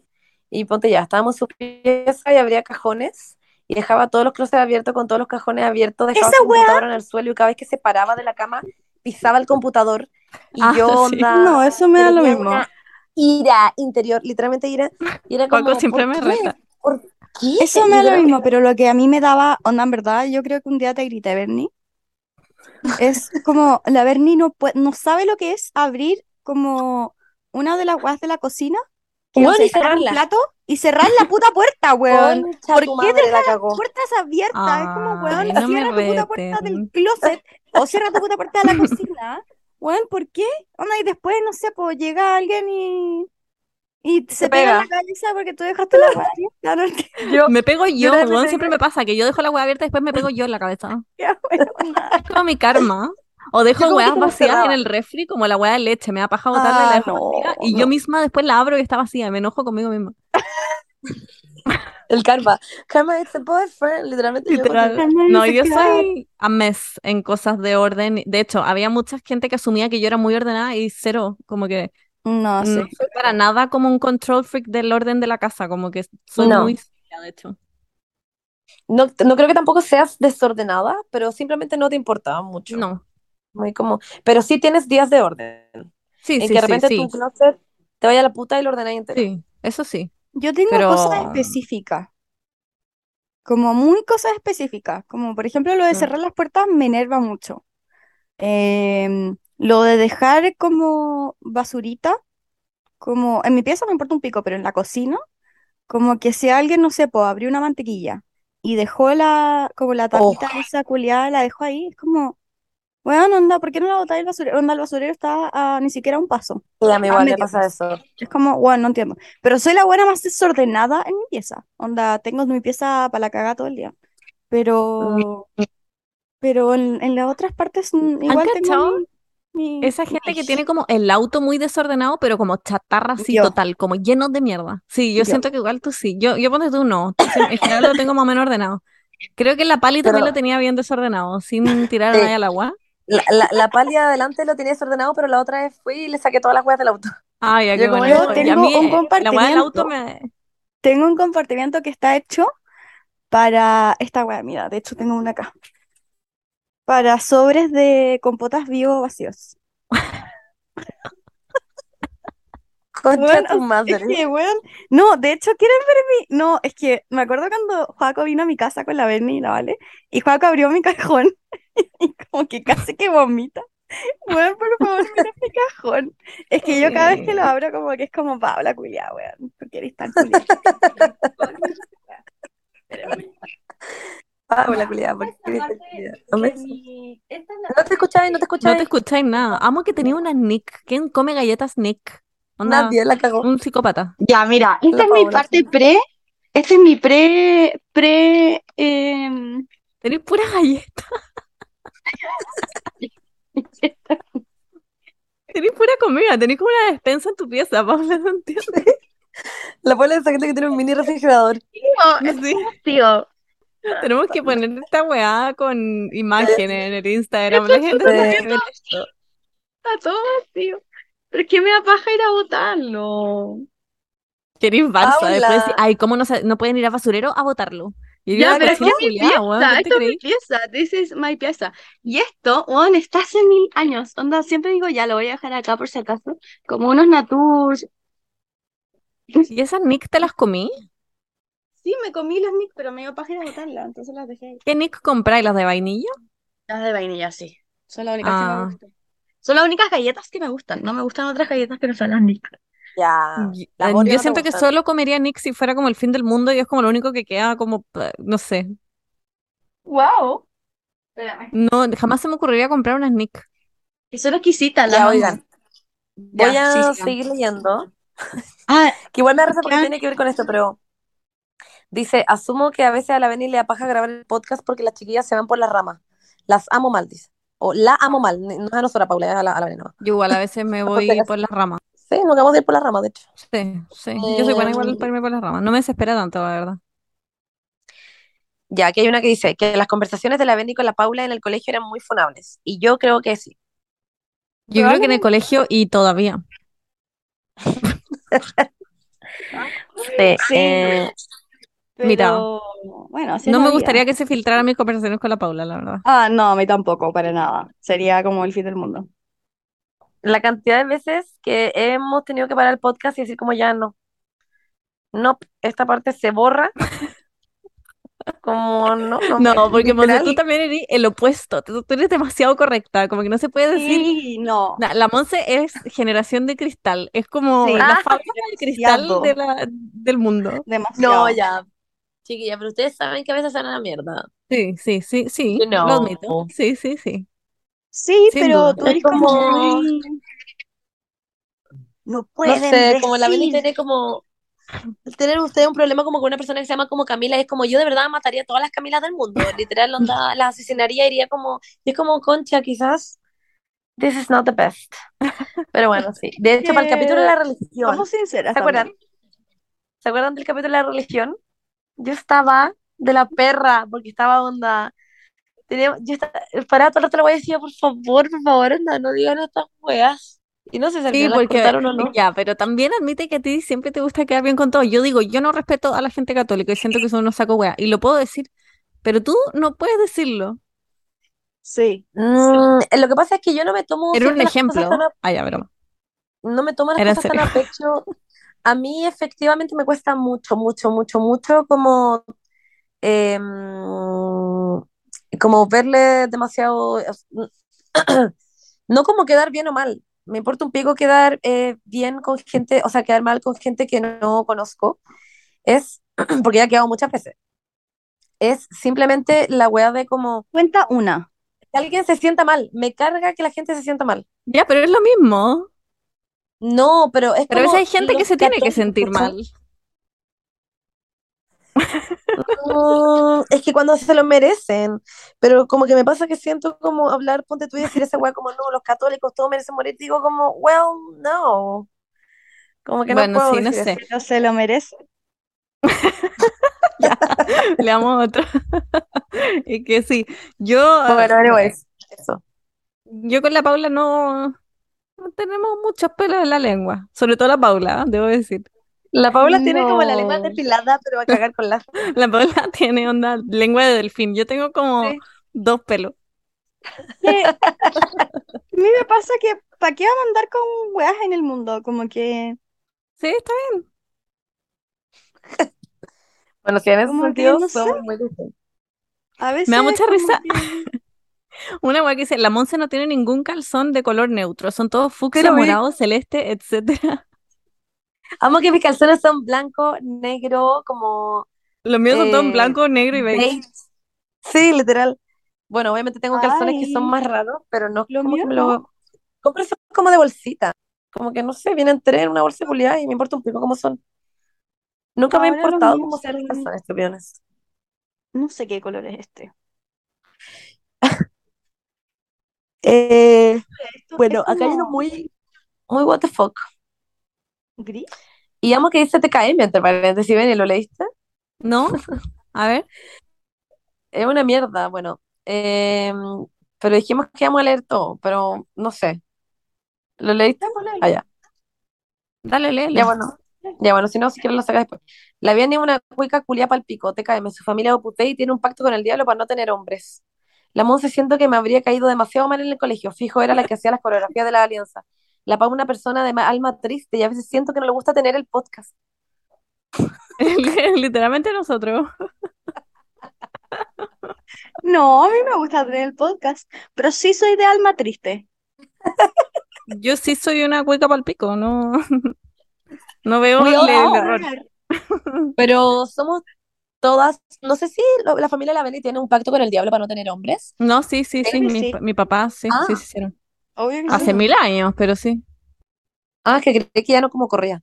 S1: y ponte ya, estábamos en su pieza y abría cajones y dejaba todos los closets abiertos con todos los cajones abiertos, dejaba
S2: Esa
S1: su
S2: weá.
S1: computadora en el suelo y cada vez que se paraba de la cama pisaba el computador y
S3: Ah, [laughs]
S1: yo
S3: sí.
S1: onda,
S2: No, eso me
S1: me
S2: da lo
S1: venía
S2: mismo.
S1: una ira interior, literalmente ira, y era
S3: Juaco
S1: como,
S3: siempre
S1: ¿por
S3: me
S1: qué?
S3: reta.
S1: ¿Por ¿Qué?
S2: Eso me
S1: Yo
S2: da lo
S1: creo
S2: mismo, pero lo que a mí me daba, onda, en verdad, yo creo que un día te grité, Bernie. Es como, la Bernie no, pue- no sabe lo que es abrir como una de las guas de la cocina, que no
S1: Weón,
S2: sé,
S1: y
S2: sacar un
S1: cerrarla.
S2: plato y cerrar la puta puerta, [laughs] weón.
S1: Concha
S2: ¿Por
S1: tu
S2: qué
S1: madre la cagó?
S2: Puertas abiertas, es como,
S3: Ay,
S2: weón,
S3: no me
S2: cierra tu puta puerta del
S3: reten.
S2: closet o cierra tu puta puerta de la cocina. Weón, ¿por qué? Onda, y después, no sé, pues llega alguien y, y se pega en la cabeza porque tú dejaste la weá abierta, no entiendo,
S3: Yo- me pego yo,
S2: la
S3: weón,
S2: pensé-
S3: siempre me pasa que yo dejo la hueá abierta y después me pego yo en la cabeza.
S2: weón.
S3: Es como mi karma. O dejo
S1: Yo como que
S3: hueás
S1: como
S3: vacías
S1: cerrada.
S3: en el refri, como la hueá de leche. Me da paja botarla y la
S2: Ah,
S3: dejo vacía,
S2: no,
S3: y yo
S2: no.
S3: misma después la abro y está vacía. Me enojo conmigo misma.
S1: El karma. Karma is a boyfriend, literalmente. yo
S3: Literal.
S1: encontré-
S2: Nadie
S3: No,
S2: se
S3: yo
S2: queda-
S3: soy a mes en cosas de orden. De hecho, había mucha gente que asumía que yo era muy ordenada y cero, como que
S1: Ah,
S2: No, sí.
S3: no soy para nada como un control freak del orden de la casa, como que soy
S1: No.
S3: muy seria, de hecho.
S1: No, no creo que tampoco seas desordenada, pero simplemente no te importaba mucho.
S3: No.
S1: Muy como, pero sí tienes días de orden.
S3: Sí,
S1: en
S3: sí,
S1: que
S3: sí,
S1: de repente
S3: sí.
S1: tu closet te vaya a la puta y lo ordenáis entero.
S3: Sí, eso sí.
S2: Yo tengo
S3: Pero-
S2: cosas específicas, como muy cosas específicas, como por ejemplo lo de
S3: Mm.
S2: cerrar las puertas me enerva mucho. Em, lo de dejar como basurita, como en mi pieza me importa un pico, pero en la cocina, como que si alguien, no sé, po, abrió una mantequilla y dejó la, como
S3: Oh.
S2: la tapita esa culiada, la dejó ahí, es como, weón, onda, ¿por qué no la botáis al basurero? Onda, el basurero está a ni siquiera un paso.
S1: Sí,
S3: Ah,
S1: a mí igual me
S2: metido.
S1: pasa eso.
S2: Es como, bueno, no entiendo. Pero soy la buena más desordenada en mi pieza. Onda, tengo mi pieza para la cagada todo el día. Pero, pero en, en las otras partes mm, igual tengo
S3: cachado?
S2: mi, mi-
S3: Esa gente que
S2: mi-
S3: tiene como el auto muy desordenado, pero como chatarra así
S2: Yo.
S3: total, como lleno de mierda. Sí, yo
S2: Yo.
S3: siento que igual tú sí. Yo, yo ponte tú no. Tú sí, En general lo tengo más o menos ordenado. Creo que la pali también
S1: Pero-
S3: lo tenía bien desordenado,
S1: [laughs]
S3: sin tirar a
S1: Sí.
S3: nadie al agua.
S1: La, la, la palia de adelante lo tenía desordenado, pero la otra vez fui y le saqué todas las weas del auto. [laughs]
S3: Ah, ya,
S1: Yo
S3: qué
S1: como
S3: bueno.
S1: yo
S3: Y a
S2: tengo
S3: mí,
S2: un
S3: eh, la weá del auto
S2: compartimiento.
S3: me...
S2: Tengo un compartimiento que está hecho para esta weá, mira, de hecho tengo una acá. Para sobres de compotas vivo vacíos.
S1: Concha
S2: Bueno, [laughs]
S1: tu
S2: Es
S1: madre.
S2: que, weón, no, de hecho, ¿quieren ver mi...? No, es que me acuerdo cuando Joaco vino a mi casa con la Berni y la Vale, y Joaco abrió mi cajón [laughs] y como que casi que vomita. Weón, por favor, mira mi cajón. Es que yo cada vez que lo abro como que es como, Paula, culiá, weón, porque eres tan
S1: [laughs]
S2: culiá.
S1: Paula, culiada, ¿por qué eres tan culiada? No me- No te escucháis,
S4: [laughs]
S1: no te
S3: No
S1: escucháis.
S3: te escucháis nada. Amo que tenía una Nick. ¿Quién come galletas Nick? Onda,
S1: Nadie la cagó.
S3: un psicópata.
S4: Ya, mira, esta
S1: La
S4: es mi
S1: Paola.
S4: parte pre, este es mi pre, pre, em, [laughs]
S3: Tenés pura galleta. [laughs] Tenés pura comida. Tenés como una despensa en tu pieza, [laughs] Paula. No entiendo.
S1: La Paula de esa gente que tiene un mini refrigerador.
S3: Sí.
S4: tío,
S3: Tenemos que poner esta weá con imágenes en el Instagram. La gente
S1: Sí.
S3: tiene que ver esto.
S4: a todos, tío. ¿Por qué me da paja ir a votarlo?
S3: Querís Barça.
S1: Paula.
S3: Después decís, ay, ¿cómo no, se- no pueden ir a basurero a votarlo? Y yo
S4: Ya,
S3: la
S4: pero es que
S3: cochina
S4: es mi
S3: culiá, weón,
S4: pieza,
S3: ¿qué te
S4: esto es mi
S3: creí?
S4: pieza, this is my pieza. Y esto, weón, está hace mil años, onda, siempre digo, ya, lo voy a dejar acá por si acaso, como unos naturs.
S3: ¿Y esas Nick te las comí?
S4: Sí, me comí las Nick, pero me dio paja ir a votarla, entonces las dejé ahí.
S3: ¿Qué Nick compráis? ¿Las de vainilla?
S4: Las de vainilla, sí. Son las únicas que me
S3: Ah.
S4: gustan. Son las únicas galletas que me gustan, no me gustan otras galletas que no son las Nick. Ah,
S1: Ya.
S3: Y-
S1: las
S3: eh,
S1: Oreo
S3: yo
S1: no te
S3: siento que
S1: gustan.
S3: solo comería Nick si fuera como el fin del mundo y es como lo único que queda como, eh, no sé,
S4: Wow. Espérame.
S3: no, jamás se me ocurriría comprar unas Nick.
S4: Que son exquisitas, las
S1: Ya,
S4: amo.
S1: oigan.
S4: Ya,
S1: Voy a
S4: sí, sigan.
S1: seguir leyendo.
S4: Ah,
S1: Que igual me da risa porque
S4: Ya.
S1: tiene que ver con esto, pero dice, asumo que a veces a la Beni le da paja grabar el podcast porque las chiquillas se van por las ramas. Las amo mal, dice. O la amo mal, no es a nosotras, Paula, es a la, a la Beni nomás.
S3: Yo igual a
S4: [laughs]
S3: veces me voy
S1: Aconsejas.
S3: por las ramas.
S1: Sí, nos vamos a ir por las ramas, de hecho.
S3: Sí, sí. Yo soy
S4: Eh,
S3: buena igual
S1: Em.
S3: para irme por las ramas. No me desespera tanto, la verdad.
S1: Ya, aquí hay una que dice que las conversaciones de la Beni con la Paula en el colegio eran muy funables. Y yo creo que sí.
S3: Yo creo que en el colegio y todavía.
S1: Sí,
S2: Sí.
S1: eh,
S3: Mira.
S2: Pero, bueno, así es
S3: No
S2: la
S3: me
S2: vida.
S3: gustaría que se filtraran mis conversaciones con la Paula, la verdad.
S2: Ah, no, a mí tampoco, para nada. Sería como el fin del mundo.
S1: la cantidad de veces que hemos tenido que parar el podcast y decir como ya no. No, esta parte se borra [laughs] Como, no, no. [laughs]
S3: No, porque Monse,
S1: literal.
S3: tú también eres el opuesto. Tú, tú eres demasiado correcta. Como que no se puede decir.
S4: Sí, no.
S3: Na- La Monse es generación de cristal. Es como
S4: Sí.
S3: la
S1: Ah,
S3: fábrica de cristal
S4: demasiado.
S3: de la- del mundo.
S4: Demasiado.
S1: No, ya. Chiquilla, pero ustedes saben que a veces salen a la mierda.
S3: Sí, sí, sí, sí.
S1: You
S3: Lo
S1: know.
S3: admito. Sí, sí, sí.
S4: Sí,
S3: Sin
S4: pero
S3: duda.
S4: tú
S1: Es
S4: eres como
S1: como-
S4: muy- No
S1: No
S4: pueden
S1: sé, como la Belén
S4: decir.
S1: tiene como... al Tener usted un problema como con una persona que se llama como Camila, y es como yo de verdad mataría a todas las Camilas del mundo, literal, onda, las asesinaría, iría como, y es como concha, quizás. This is not the best. Pero bueno, sí. De hecho, para el capítulo de la religión,
S4: Somos sinceras
S1: ¿Se acuerdan?
S4: también.
S1: ¿Se acuerdan del capítulo de la religión? Yo estaba de la perra, porque estaba onda. Tenía, yo estaba, para todo el rato le voy a decir, por favor, por favor, onda, no digan estas weas. Y no sé si al
S3: Sí,
S1: final las
S3: porque
S1: cortaron o no.
S3: ya, pero también admite que a ti siempre te gusta quedar bien con todo. Yo digo, yo no respeto a la gente católica y siento que son unos saco wea, y lo puedo decir, pero tú no puedes decirlo.
S4: Sí.
S1: Mm, lo que pasa es que yo no me tomo
S3: Era un
S1: siempre las cosas
S3: ejemplo.
S1: tan a-
S3: Ah, ya, broma.
S1: no me tomo las
S3: Era en
S1: cosas tan a pecho. A mí efectivamente me cuesta mucho, mucho, mucho, mucho como, em, como verle demasiado, [clears throat] no como quedar bien o mal. Me importa un pico quedar eh, bien con gente, o sea, quedar mal con gente que no conozco. Es, [clears throat] porque ya he quedado muchas veces. Es simplemente la wea de como,
S2: Cuenta una.
S1: que alguien se sienta mal. Me carga que la gente se sienta mal.
S3: Ya, pero es lo mismo.
S1: No, pero es
S3: Pero a veces
S1: como
S3: hay gente que
S1: los
S3: se tiene que
S1: católicos,
S3: sentir
S1: ¿cachai?
S3: mal.
S1: No, es que cuando se lo merecen, pero como que me pasa que siento como hablar, ponte tú y decir esa weá como no, los católicos todos merecen morir, digo como, well, no, como que no
S3: Bueno,
S1: puedo
S3: sí, no
S1: decir
S3: sé.
S1: eso.
S4: No se lo merece.
S3: Le damos otro. [laughs] Es que sí, yo, ah,
S1: Bueno, anyways, eso.
S3: yo con la Paula no, no tenemos muchos pelos en la lengua, sobre todo la Paula, ¿ah? debo decir.
S1: La Paula tiene como la
S4: No.
S1: lengua depilada, pero va a cagar con
S3: [laughs]
S1: la...
S3: La Paula tiene onda lengua de delfín. Yo tengo como
S1: Sí.
S3: dos pelos.
S4: que- a mí me pasa que, ¿para qué vamos a andar con weas en el mundo? Como que,
S3: Sí, está bien.
S1: Bueno, sí, en ese
S4: Como que
S1: sentido
S4: no
S1: somos muy distintos.
S4: a veces.
S3: Me da mucha
S4: como
S3: risa.
S4: que-
S3: Una weá que dice, la Monse no tiene ningún calzón de color neutro, son todos fucsia,
S1: Pero ve-
S3: morado, celeste, etcétera. [laughs]
S1: Amo que mis calzones son blanco, negro, como
S3: Los míos son todos en
S1: Eh,
S3: blanco, negro y beige.
S1: beige. Sí, literal. Bueno, obviamente tengo calzones que son
S4: Ay.
S1: más raros, pero no es
S4: Lo
S1: como
S4: mío
S1: que me lo... Compro esos como de bolsita. Como que no sé, vienen tres en una bolsa culiada y me importa un pico cómo son. Nunca me ha
S4: Ahora los
S1: importado
S4: míos
S1: cómo son los
S4: son-
S1: calzones, te voy a honesta.
S4: No sé qué color es este.
S1: Eh,
S4: Esto
S1: bueno,
S4: es
S1: acá hay uno
S4: como
S1: muy, muy what the fuck.
S4: gris.
S1: Y amo que dice TKM, entre paréntesis, ven, ¿y lo leíste?
S3: ¿No? A ver.
S1: Es una mierda, bueno. eh, pero dijimos que íbamos a leer todo, pero no sé. ¿Lo leíste? Ah, ya.
S3: Dale, léelo.
S1: Ya bueno, ya bueno, si no, si quieres lo sacas después. La Viani es una cuica culia palpicote, cáeme. Su familia es Opus Dei y tiene un pacto con el diablo para no tener hombres. La Monse siento que me habría caído demasiado mal en el colegio. Fijo, era la que hacía las coreografías de la alianza. La Pau es una persona de ma- alma triste y a veces siento que no le gusta tener el podcast.
S3: [laughs] Literalmente nosotros.
S4: No, a mí me gusta tener el podcast, pero sí soy de alma triste.
S3: Yo sí soy una cueca palpico, no, [laughs] no veo
S1: We
S3: el,
S1: all
S3: el
S4: Ah,
S1: are.
S3: error.
S1: Pero somos todas, no sé si lo- la familia de la Beli tiene un pacto con el diablo para no tener hombres.
S3: No, sí, sí, sí,
S4: Creo que
S3: mi,
S4: sí.
S3: pa- mi papá, sí,
S1: Ah.
S3: sí, sí, hicieron.
S4: Obvio que
S3: Hace
S4: sí.
S3: mil años, pero sí.
S1: Ah, es que creí que ya no como corría.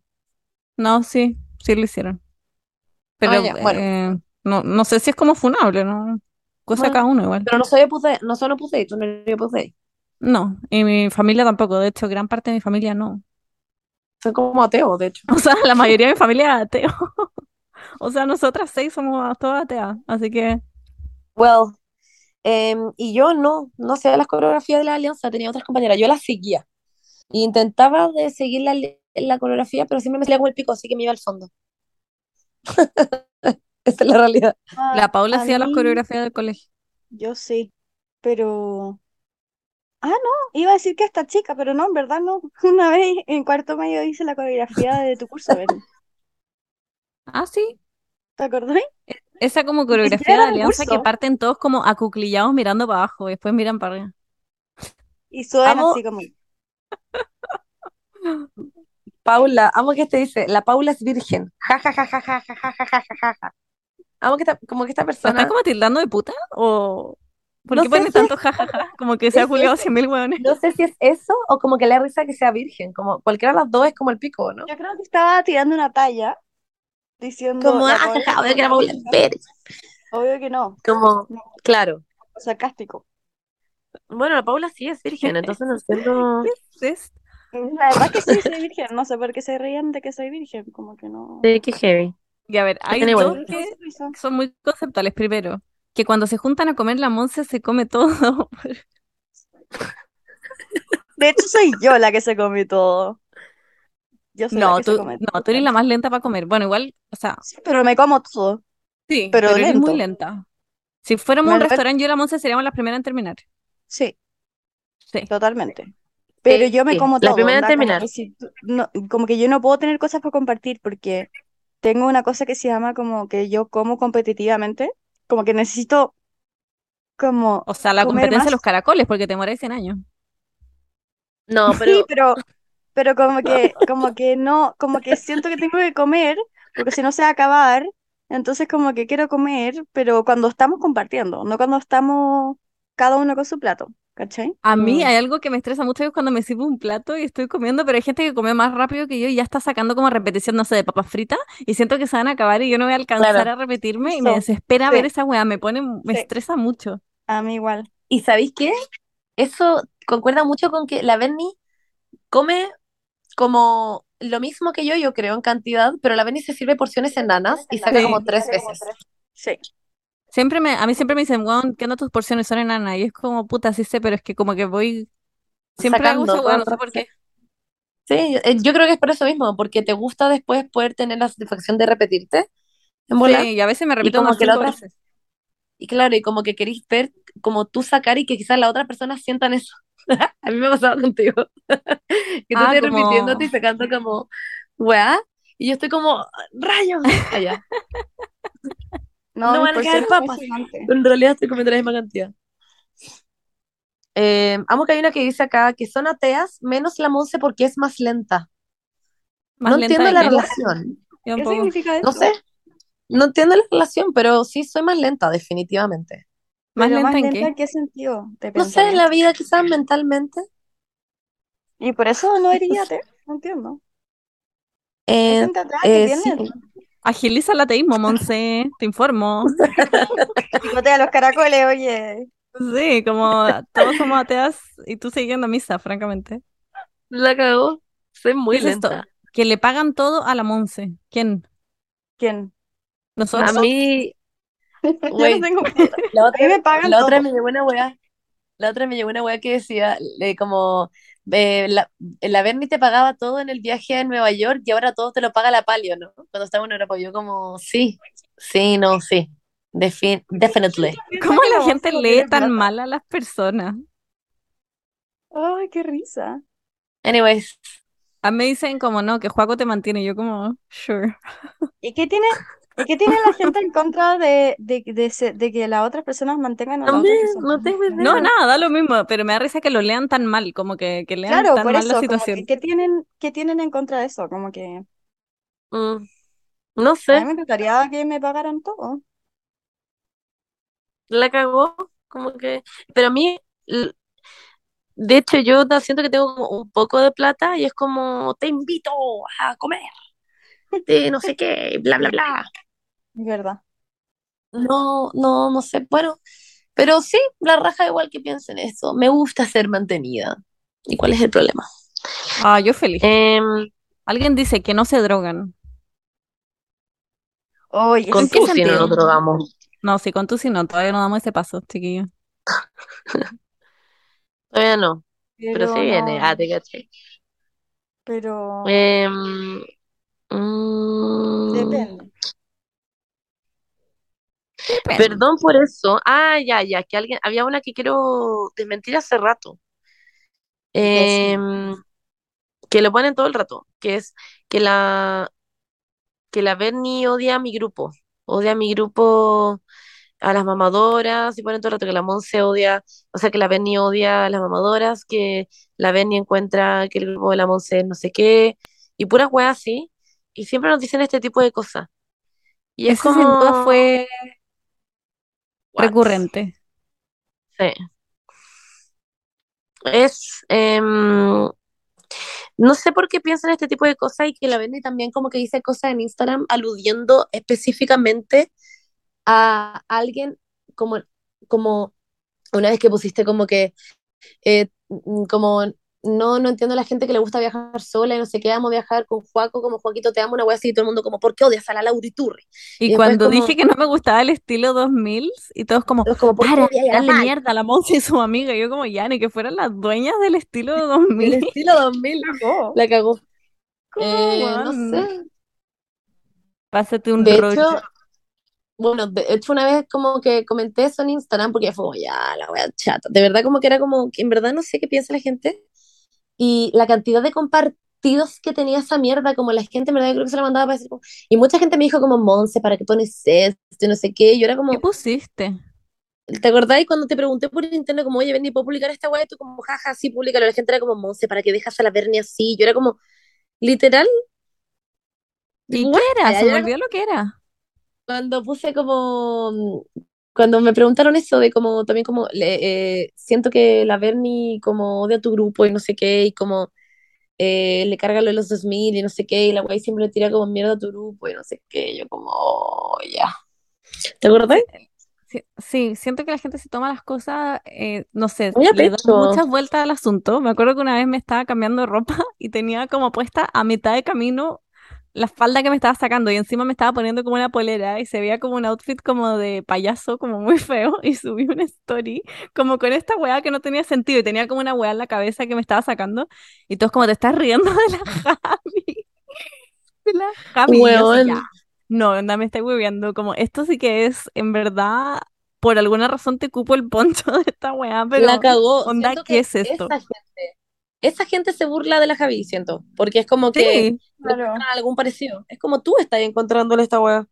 S3: No, sí, sí lo hicieron. Pero
S1: ya, bueno.
S3: eh, no, no sé si es como funable, ¿no? Cosa de
S1: Bueno.
S3: cada uno igual.
S1: Pero no soy Opus Dei, no son Opus Dei, tú no eres Opus Dei.
S3: No, y mi familia tampoco. De hecho, gran parte de mi familia no. [laughs]
S1: Son como ateos, de hecho.
S3: O sea, la mayoría de mi familia es ateo. [laughs] O sea, nosotras seis somos todas ateas. Así que,
S1: Well, em, y yo no, no hacía las coreografías de la alianza, tenía otras compañeras, yo las seguía. Y intentaba de seguir la, li- la coreografía, pero siempre me salía como el pico, así que me iba al fondo. [laughs] Esa es la realidad.
S4: Ah,
S3: la Paula
S4: a
S3: hacía las
S4: mí-
S3: coreografías del colegio.
S4: Yo sí, pero... Ah, no, iba a decir que hasta chica, pero no, en verdad no. [laughs] Una vez en cuarto medio hice la coreografía de tu curso, Belén.
S3: Ah, sí.
S4: ¿Te acordás?
S3: Esa como coreografía de
S4: siquiera era
S3: alianza que
S4: recurso.
S3: parten todos como acuclillados mirando para abajo y después miran para arriba.
S2: Y suena
S1: Amo-
S2: así como.
S1: Paula, amo que este dice, la Paula es virgen. Ja, ja, ja, ja, ja, ja, ja, ja, ja, ja, ja, ja. Amo que esta, como que esta
S3: ¿Lo están
S1: persona,
S3: como tildando de puta? ¿O por
S1: No
S3: qué
S1: sé
S3: ponen
S1: si es-
S3: tanto jajaja? Como que se ha
S1: es
S3: juzgado
S1: eso.
S3: 100.000 hueones.
S1: no sé si es eso o como que le da risa que sea virgen, como cualquiera de las dos es como el pico, ¿no?
S2: Yo creo que estaba tirando una talla diciendo.
S1: Como,
S2: la
S1: ah,
S2: Paola
S1: ja, ja, [laughs] obvio
S2: es
S1: que la Paula es virgen.
S2: Obvio que no,
S1: Como, claro.
S2: sarcástico.
S1: Bueno, la Paula sí es [laughs] virgen, entonces no [laughs] entiendo.
S3: Es-
S2: La verdad que sí
S1: [laughs]
S2: soy virgen, no sé por qué se reían de que soy virgen, como que no.
S1: Sí, qué heavy.
S3: Y a ver, hay
S1: tiene
S3: dos
S1: bueno?
S3: que
S2: No se hizo.
S3: son muy conceptuales. Primero, que cuando se juntan a comer la Monse se come todo. [laughs]
S2: De hecho, soy yo la que se comió todo. Yo soy la
S3: No,
S2: que se
S3: tú,
S2: come
S3: no,
S2: todo.
S3: tú eres la más lenta para comer. Bueno, igual, o sea,
S2: Sí, pero me como todo.
S3: sí,
S2: Pero
S3: eres muy
S2: lento.
S3: lenta. Si fuéramos a
S2: Me
S3: un
S2: lo-
S3: restaurante, yo y la Monse seríamos las primeras en terminar.
S2: Sí,
S3: Sí.
S2: totalmente. Pero yo me
S1: sí,
S2: como
S1: la
S2: todo,
S1: primera en
S2: onda, como
S1: terminar.
S2: que si tú- no, como que yo no puedo tener cosas para compartir porque tengo una cosa que se llama como que yo como competitivamente, como que necesito como
S3: O sea, la
S2: Comer
S3: competencia de
S2: más.
S3: los caracoles, porque te moráis 100 años.
S1: [laughs] No,
S2: Sí,
S1: pero
S2: pero, pero como que, como que no, como que siento que tengo que comer, porque si no se va a acabar, entonces como que quiero comer, pero cuando estamos compartiendo, no cuando estamos cada uno con su plato, ¿cachai?
S3: A mí
S1: Mm.
S3: hay algo que me estresa mucho es cuando me sirvo un plato y estoy comiendo, pero hay gente que come más rápido que yo y ya está sacando como repetición, no sé, de papas fritas y siento que se van a acabar y yo no voy a alcanzar
S1: Claro.
S3: a repetirme y me
S2: Eso.
S3: desespera
S2: Sí.
S3: ver esa weá, me pone, me
S2: Sí.
S3: estresa mucho.
S2: A mí igual.
S1: ¿Y sabéis qué? Eso concuerda mucho con que la Benny come como lo mismo que yo, yo creo, en cantidad, pero la Benny se sirve porciones enanas y saca
S3: Sí.
S1: como tres veces.
S2: Sí.
S3: Siempre me, a mí siempre me dicen, weón, ¿qué onda tus porciones son enanas? Y es como, puta, sí sé, pero es que como que voy, siempre hago esa
S1: Sacando
S3: weá,
S1: todo
S3: no
S1: el
S3: sé por qué.
S1: Sí, eh, yo creo que es por eso mismo, porque te gusta después poder tener la satisfacción de repetirte en volar.
S3: Sí, y a veces me repito como
S1: como que la
S3: cinco
S1: otra-
S3: veces.
S1: Y claro, y como que querís ver como tú sacar y que quizás las otras personas sientan eso. [laughs] A mí me ha pasado contigo. [laughs] Que tú
S3: Ah,
S1: estás
S3: como-
S1: repitiéndote y sacando como, weá, y yo estoy como, rayos, allá.
S2: No,
S1: No
S2: mi
S1: van a quedar
S2: porción
S1: papas.
S2: es gigante.
S1: Pero [laughs] en realidad estoy comiendo la misma cantidad. Eh, amo que hay una que dice acá que son ateas menos la Monse porque es más lenta.
S3: Más
S1: no
S3: lenta
S1: entiendo
S3: y
S1: la
S3: menos.
S1: relación.
S3: Yo
S2: ¿Qué
S3: tampoco.
S2: significa
S1: No
S2: eso?
S1: sé. No entiendo la relación, pero sí soy más lenta, definitivamente.
S3: ¿Más
S2: Pero
S3: lenta
S2: más
S3: en
S2: lenta,
S3: qué?
S2: ¿en qué sentido de
S1: No sé, en
S2: pensamiento?
S1: la vida quizás mentalmente.
S2: Y por eso no eres yate, no entiendo. Hay
S1: Eh,
S2: gente atrás que
S1: eh,
S2: tiene
S1: sí.
S3: Agiliza el ateísmo, Monse, te informo.
S2: picotea los caracoles, oye.
S3: Sí, como todos somos ateas y tú siguiendo misa, francamente.
S1: La cagó. Soy muy
S3: ¿Qué es esto?
S1: lenta.
S3: Que le pagan todo a la Monse. ¿Quién?
S2: ¿Quién?
S3: Nosotros.
S1: A mí,
S2: Yo no
S1: Güey.
S2: tengo [laughs]
S1: la
S2: A mí me pagan
S1: la otra
S2: todo.
S1: me llegó una weá. La otra me llegó una weá que decía, eh, como, eh, la, la Berni te pagaba todo en el viaje a Nueva York y ahora todo te lo paga la Palio, ¿no? Cuando estaba en Europa, yo como, sí, sí, no, sí. Defin- definitely.
S3: ¿Cómo la gente
S2: Monse no
S3: lee
S2: tiene
S3: tan
S2: plata.
S3: mal a las personas?
S2: Ay, qué risa.
S1: Anyways,
S3: A mí me dicen como no, que Juaco te mantiene. Yo como, sure.
S2: ¿Y qué tiene, y qué tiene la gente en contra de, de, de, se- de que las otras personas mantengan a las otras
S1: También,
S2: personas?
S1: no tengo idea.
S3: No, nada, da lo mismo, pero me da risa que lo lean tan mal, como que, que lean
S2: Claro,
S3: tan
S2: por
S3: mal la
S2: eso, como
S3: situación.
S2: que, ¿qué tienen, qué tienen en contra de eso? Como que
S1: mm, no
S2: a mí
S1: sé,
S2: me encantaría que me pagaran todo.
S1: la cagó, como que, pero a mí, l- de hecho, yo ta- siento que tengo como un poco de plata y es como, te invito a comer, de no sé qué, bla, bla, bla.
S2: Es verdad.
S1: No, no, no sé. Bueno, pero sí, la raja igual que pienso en eso. Me gusta ser mantenida. ¿Y cuál es el problema?
S3: Ah, yo feliz.
S1: Em,
S3: Alguien dice que no se drogan.
S2: Oye,
S1: con
S2: ¿en qué
S1: tú si no
S2: sentido?
S1: nos drogamos.
S3: No, sí, con tú sí no, todavía no damos ese paso, chiquillo.
S1: Todavía no, pero sí
S2: Pero
S1: viene. Ah,
S2: no,
S1: te caché.
S2: pero
S1: Em, mm,
S2: depende.
S3: Depende.
S1: perdón por eso. Ah, ya, ya, que alguien, había una que quiero desmentir hace rato. Em, que lo ponen todo el rato, que es que la que la Berni odia a mi grupo. odia a mi grupo, a las mamadoras, y ponen todo el rato que la Monse odia, o sea, que la Benny odia a las mamadoras, que la Benny encuentra que el grupo de la Monse es no sé qué, y puras weas así, y siempre nos dicen este tipo de cosas. Y es
S3: Ese sin duda
S1: como,
S3: fue
S1: what?
S3: recurrente.
S1: Sí. Es, em, no sé por qué piensan este tipo de cosas y que la Benny también como que dice cosas en Instagram aludiendo específicamente a alguien como, como una vez que pusiste como que, eh, mm, como, no, no entiendo a la gente que le gusta viajar sola y no sé qué, amo viajar con Juaco, como Joaquito te amo, una wea así, y todo el mundo como, ¿por qué odias a la Laura Iturri?
S3: Y
S1: Y después
S3: cuando
S1: como-
S3: dije que no me gustaba el estilo 2000 y todos como,
S1: Es como, ¿por qué
S3: para,
S1: odias a la
S3: darle
S1: Mal?
S3: mierda a la Monse y su amiga. Y yo como, ya, ni que fueran las dueñas del estilo 2000.
S1: El estilo 2000
S2: [laughs]
S1: [laughs] la cagó.
S3: ¿Cómo,
S1: Eh, no
S3: weón?
S1: sé.
S3: [laughs] Pásate un
S1: De
S3: rollo.
S1: hecho, bueno, de hecho una vez como que comenté eso en Instagram porque fue como, ya, la wea chata. De verdad como que era como, que en verdad no sé qué piensa la gente. Y la cantidad de compartidos que tenía esa mierda, como la gente en verdad yo creo que se la mandaba para decir como- Y mucha gente me dijo como, Monse, ¿para qué pones esto? Y no sé qué. Y yo era
S3: ¿Qué
S1: como,
S3: pusiste?
S1: ¿te acordás? Y cuando te pregunté por interno como, oye, Bernie, ¿puedo publicar esta wea? Y tú como, jaja, sí, públicalo. La gente era como, Monse, ¿para qué dejas a la Bernie así? Yo era como, literal,
S3: ¿Y
S1: what?
S3: qué era?
S1: Yo
S3: Se me
S1: era
S3: olvidó lo que era.
S1: Cuando puse como, cuando me preguntaron eso de como, también como, le- eh, siento que la Bernie como odia a tu grupo y no sé qué, y como eh, le carga lo de los 2000 y no sé qué, y la güey siempre le tira como mierda a tu grupo y no sé qué, yo como, "Oh, ya. ¿Te acordás?
S3: Sí, sí, sí, siento que la gente se toma las cosas, eh, no sé,
S1: Muy a
S3: le da
S1: pecho.
S3: muchas vueltas al asunto. Me acuerdo que una vez me estaba cambiando ropa [laughs] y tenía como puesta a mitad de camino la falda que me estaba sacando y encima me estaba poniendo como una polera y se veía como un outfit como de payaso, como muy feo [laughs] y subí una story como con esta weá que no tenía sentido y tenía como una weá en la cabeza que me estaba sacando y todos como te estás riendo de la [laughs] Javi, de la Javi y yo así ya.
S1: Weón.
S3: No, anda, me está hueveando. Como esto sí que es, en verdad, por alguna razón te cupo el poncho de esta weá,
S1: La
S3: pero
S1: cagó.
S3: onda,
S1: Siento
S3: ¿qué
S1: que
S3: es esto?
S1: esa gente, esa gente se burla de la Javi, siento, porque es como que
S3: Sí,
S1: le
S2: Claro.
S1: encuentran algún parecido. Es como tú estás encontrándole esta weá.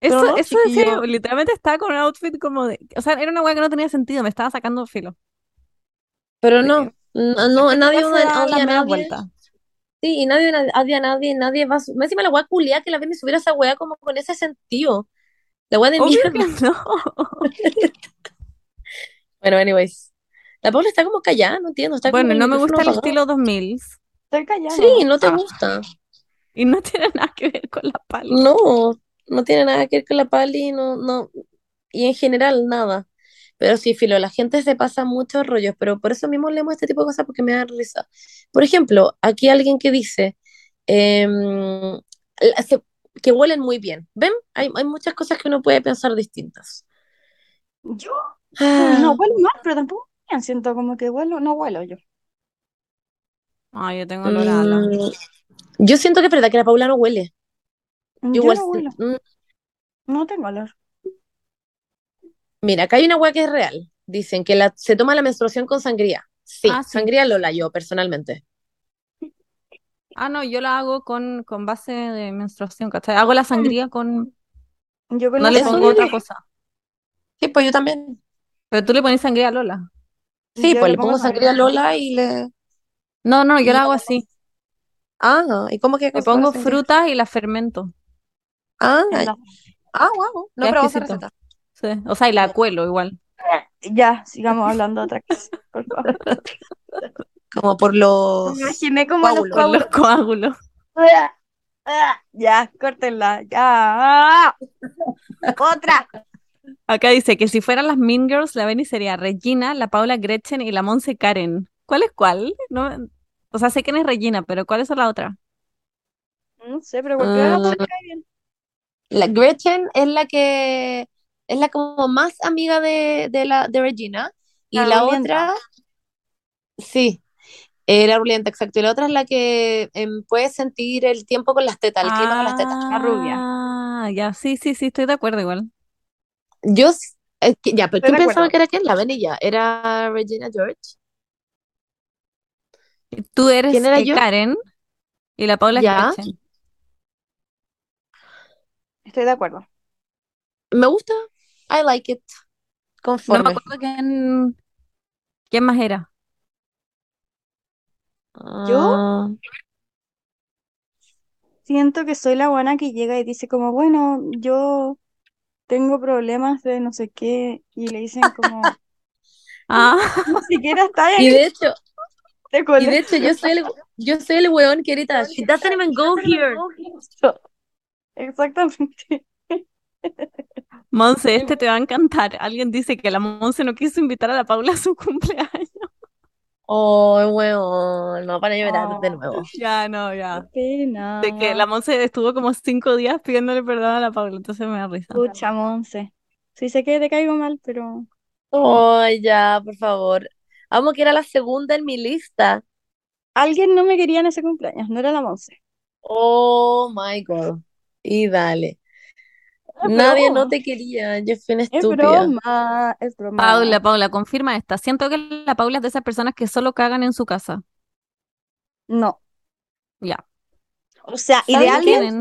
S1: Pero
S3: eso,
S1: no,
S3: eso decía yo.
S1: chiquillo.
S3: Literalmente estaba con un outfit como de. O sea, era una weá que no tenía sentido, me estaba sacando filo.
S1: Pero
S3: Sí.
S1: no, no,
S3: La
S1: no,
S3: gente
S1: nadie
S3: igual se
S1: odia
S3: da las
S1: odia
S3: medias
S1: a nadie.
S3: vueltas.
S1: Sí, y nadie na- odia a nadie, nadie va a... su- Más encima la weá culiá que la Berni subiera esa weá como con ese sentido. La weá de
S3: Obvio que
S1: mierda.
S3: no.
S1: Bueno, anyways. La Paula está como callada, no entiendo, está como
S3: Bueno,
S1: con el
S3: no me
S1: micrófono
S3: gusta el
S1: apagado.
S3: estilo 2000
S2: Estoy
S1: Sí,
S2: callada.
S1: no te
S3: Ah.
S1: gusta.
S3: y no [laughs] tiene nada que ver con la pali.
S1: No, no tiene nada que ver con la Pali, no, no. Y en general, nada. Pero sí, filo, la gente se pasa muchos rollos, pero por eso mismo leemos este tipo de cosas porque me da risa. Por ejemplo, aquí alguien que dice em, la- se- que huelen muy bien. ¿Ven? Hay, hay muchas cosas que uno puede pensar distintas.
S2: Yo no
S1: Ah,
S2: huelo mal, pero tampoco bien. Siento como que huelo, no huelo yo.
S3: Ay, Ah, yo tengo olor a ala.
S1: mm, yo siento que es verdad que la Paula no huele. Yo
S2: Yo
S1: igual,
S2: no huelo,
S1: mm,
S2: no tengo olor.
S1: Mira, acá hay una hueá que es real. Dicen que la, se toma la menstruación con sangría. Sí,
S3: Ah, sí.
S1: sangría Lola, yo personalmente.
S3: Ah, no, yo la hago con, con base de menstruación, ¿cachai? Hago la
S2: Mm.
S3: sangría con.
S2: Yo con
S3: No
S2: la
S3: le
S1: Eso
S3: pongo
S1: yo
S3: otra
S1: también.
S3: cosa.
S1: Sí, pues yo también.
S3: Pero tú le pones sangría a Lola.
S1: Sí,
S2: yo
S1: pues
S2: le
S1: le
S2: pongo
S1: pongo sangría a
S2: sangría.
S1: Lola y le...
S3: No, no, yo
S1: y
S3: la
S1: la-
S3: hago así.
S1: Ah, ¿y cómo que
S3: Le
S1: con la
S3: pongo
S1: sangría?
S3: frutas y la fermento.
S1: Ah,
S2: en la-
S1: ah, wow. No he
S3: Queda
S1: probado esa
S3: exquisito.
S1: receta.
S3: Sí. O sea, y la
S1: No.
S3: cuelo igual.
S2: Ya, sigamos hablando de otra cosa, por favor.
S1: [laughs] Como por
S2: Me
S1: los
S2: imaginé como los
S1: coágulos.
S3: Por los [laughs] coágulos.
S2: coágulos. Ah, ah, Ya, córtenla, ya. Otra.
S3: Acá dice que si fueran las Mean Girls, la Benny sería Regina, la Paula Gretchen y la Monse Karen. ¿Cuál es cuál? No, o sea, sé quién es Regina, pero ¿cuál es la otra?
S2: No sé, pero cualquiera de las dos
S1: Ah,
S2: me cae bien.
S1: la Gretchen es la que es la como más amiga de, de la de Regina y
S2: La
S1: la
S2: dolienta.
S1: otra, sí, eh, la Rulienta, exacto. Y la otra es la que em, puede sentir el tiempo con las tetas, el clima con las tetas, la rubia.
S3: Ah, ya, sí, sí, sí, estoy de acuerdo igual.
S1: Yo, s- es que- ya, pero
S2: Estoy
S1: ¿quién
S2: de
S1: pensaba
S2: acuerdo.
S1: que era quién? La venilla. ¿Era Regina George?
S3: Y Tú
S1: ¿Quién
S3: eres
S1: era
S3: eh,
S1: yo?
S3: Karen y la Paula es
S1: Ya.
S3: Gretchen.
S2: Estoy de acuerdo.
S1: Me gusta. I like it.
S3: No
S1: Conforme.
S3: me acuerdo quién, quién más era.
S4: ¿Yo?
S1: Ah,
S2: Siento que soy la buena que llega y dice como, bueno, yo tengo problemas de no sé qué, y le dicen como,
S3: Ah, [laughs]
S2: ni
S1: [laughs]
S2: siquiera está este
S1: Y
S2: ahí,
S1: de hecho,
S2: te
S1: y de hecho, yo soy el, yo soy el weón que grita, She doesn't even go here.
S2: conecto". Exactamente.
S3: Monse, este te va a encantar. Alguien dice que la Monse no quiso invitar a la Paula a su [laughs] cumpleaños.
S1: Oh, weón. No, para llorar de
S2: Oh.
S1: nuevo.
S3: Ya, no, ya.
S2: Pena.
S3: De
S1: Ah.
S3: que la Monse estuvo como cinco días pidiéndole perdón a la Paula, entonces me da risa.
S2: Pucha, Monse. Sí sé que te caigo mal, pero
S1: Oh, ya, por favor. Amo que era la segunda en mi lista.
S2: alguien no me quería en ese cumpleaños, no era la Monse.
S1: Oh my God. Y dale. Nadie no te quería. Yo fui una
S2: Ah, Es
S1: estúpida.
S2: broma, es broma.
S3: Paula, Paula, confirma esta. Siento que la Paula es de esas personas que solo cagan en su casa.
S2: No.
S3: Ya.
S2: O sea,
S3: ¿Saben
S2: idealmente,
S3: quién?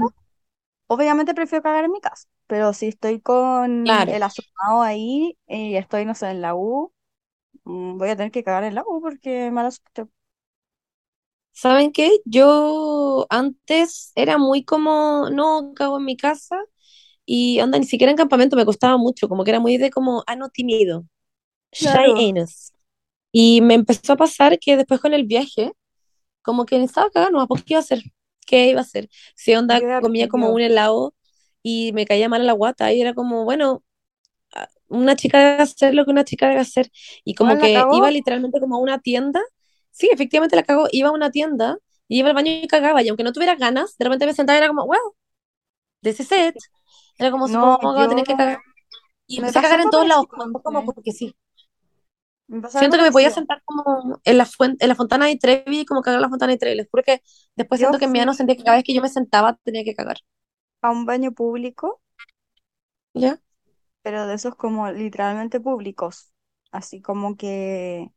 S2: obviamente prefiero cagar en mi casa, pero si estoy con
S1: Claro.
S2: el asomado ahí y estoy, no sé, en la U, mm, voy a tener que cagar en la U porque mala suerte.
S1: ¿Saben qué? Yo antes era muy como, no, cago en mi casa y onda, ni siquiera en campamento me costaba mucho, como que era muy de como, ah, no, tímido, shy
S2: Claro.
S1: anus. Y me empezó a pasar que después con el viaje, como que estaba cagando, ¿a poco qué iba a hacer? ¿Qué iba a hacer? Si onda
S2: Yo era
S1: comía como
S2: tímido.
S1: un helado y me caía mal la guata y era como, bueno, a- una chica debe hacer lo que una chica debe hacer. Y como
S2: Igual la
S1: que
S2: cagó.
S1: iba literalmente como a una tienda. Sí, efectivamente la cagó. Iba a una tienda y iba al baño y cagaba. Y aunque no tuviera ganas, de repente me sentaba y era como, wow, this is it. Era como,
S2: No,
S1: supongo que voy a tener que
S2: yo-
S1: cagar. Y
S2: me
S1: empecé a
S2: pasó
S1: cagar en
S2: algo
S1: todos lados,
S2: parecido,
S1: no como
S2: ¿eh?
S1: porque sí.
S2: Me pasó
S1: Siento
S2: algo
S1: que me podía
S2: parecido.
S1: sentar como en la fuente, en la Fontana de Trevi, y como cagar en la Fontana de Trevi. Les juro que después
S2: Yo
S1: siento que en mi ano
S2: fui-
S1: sentía que cada vez que yo me sentaba tenía que cagar.
S2: a un baño público,
S1: ¿Ya?
S2: pero de esos como literalmente públicos, así como que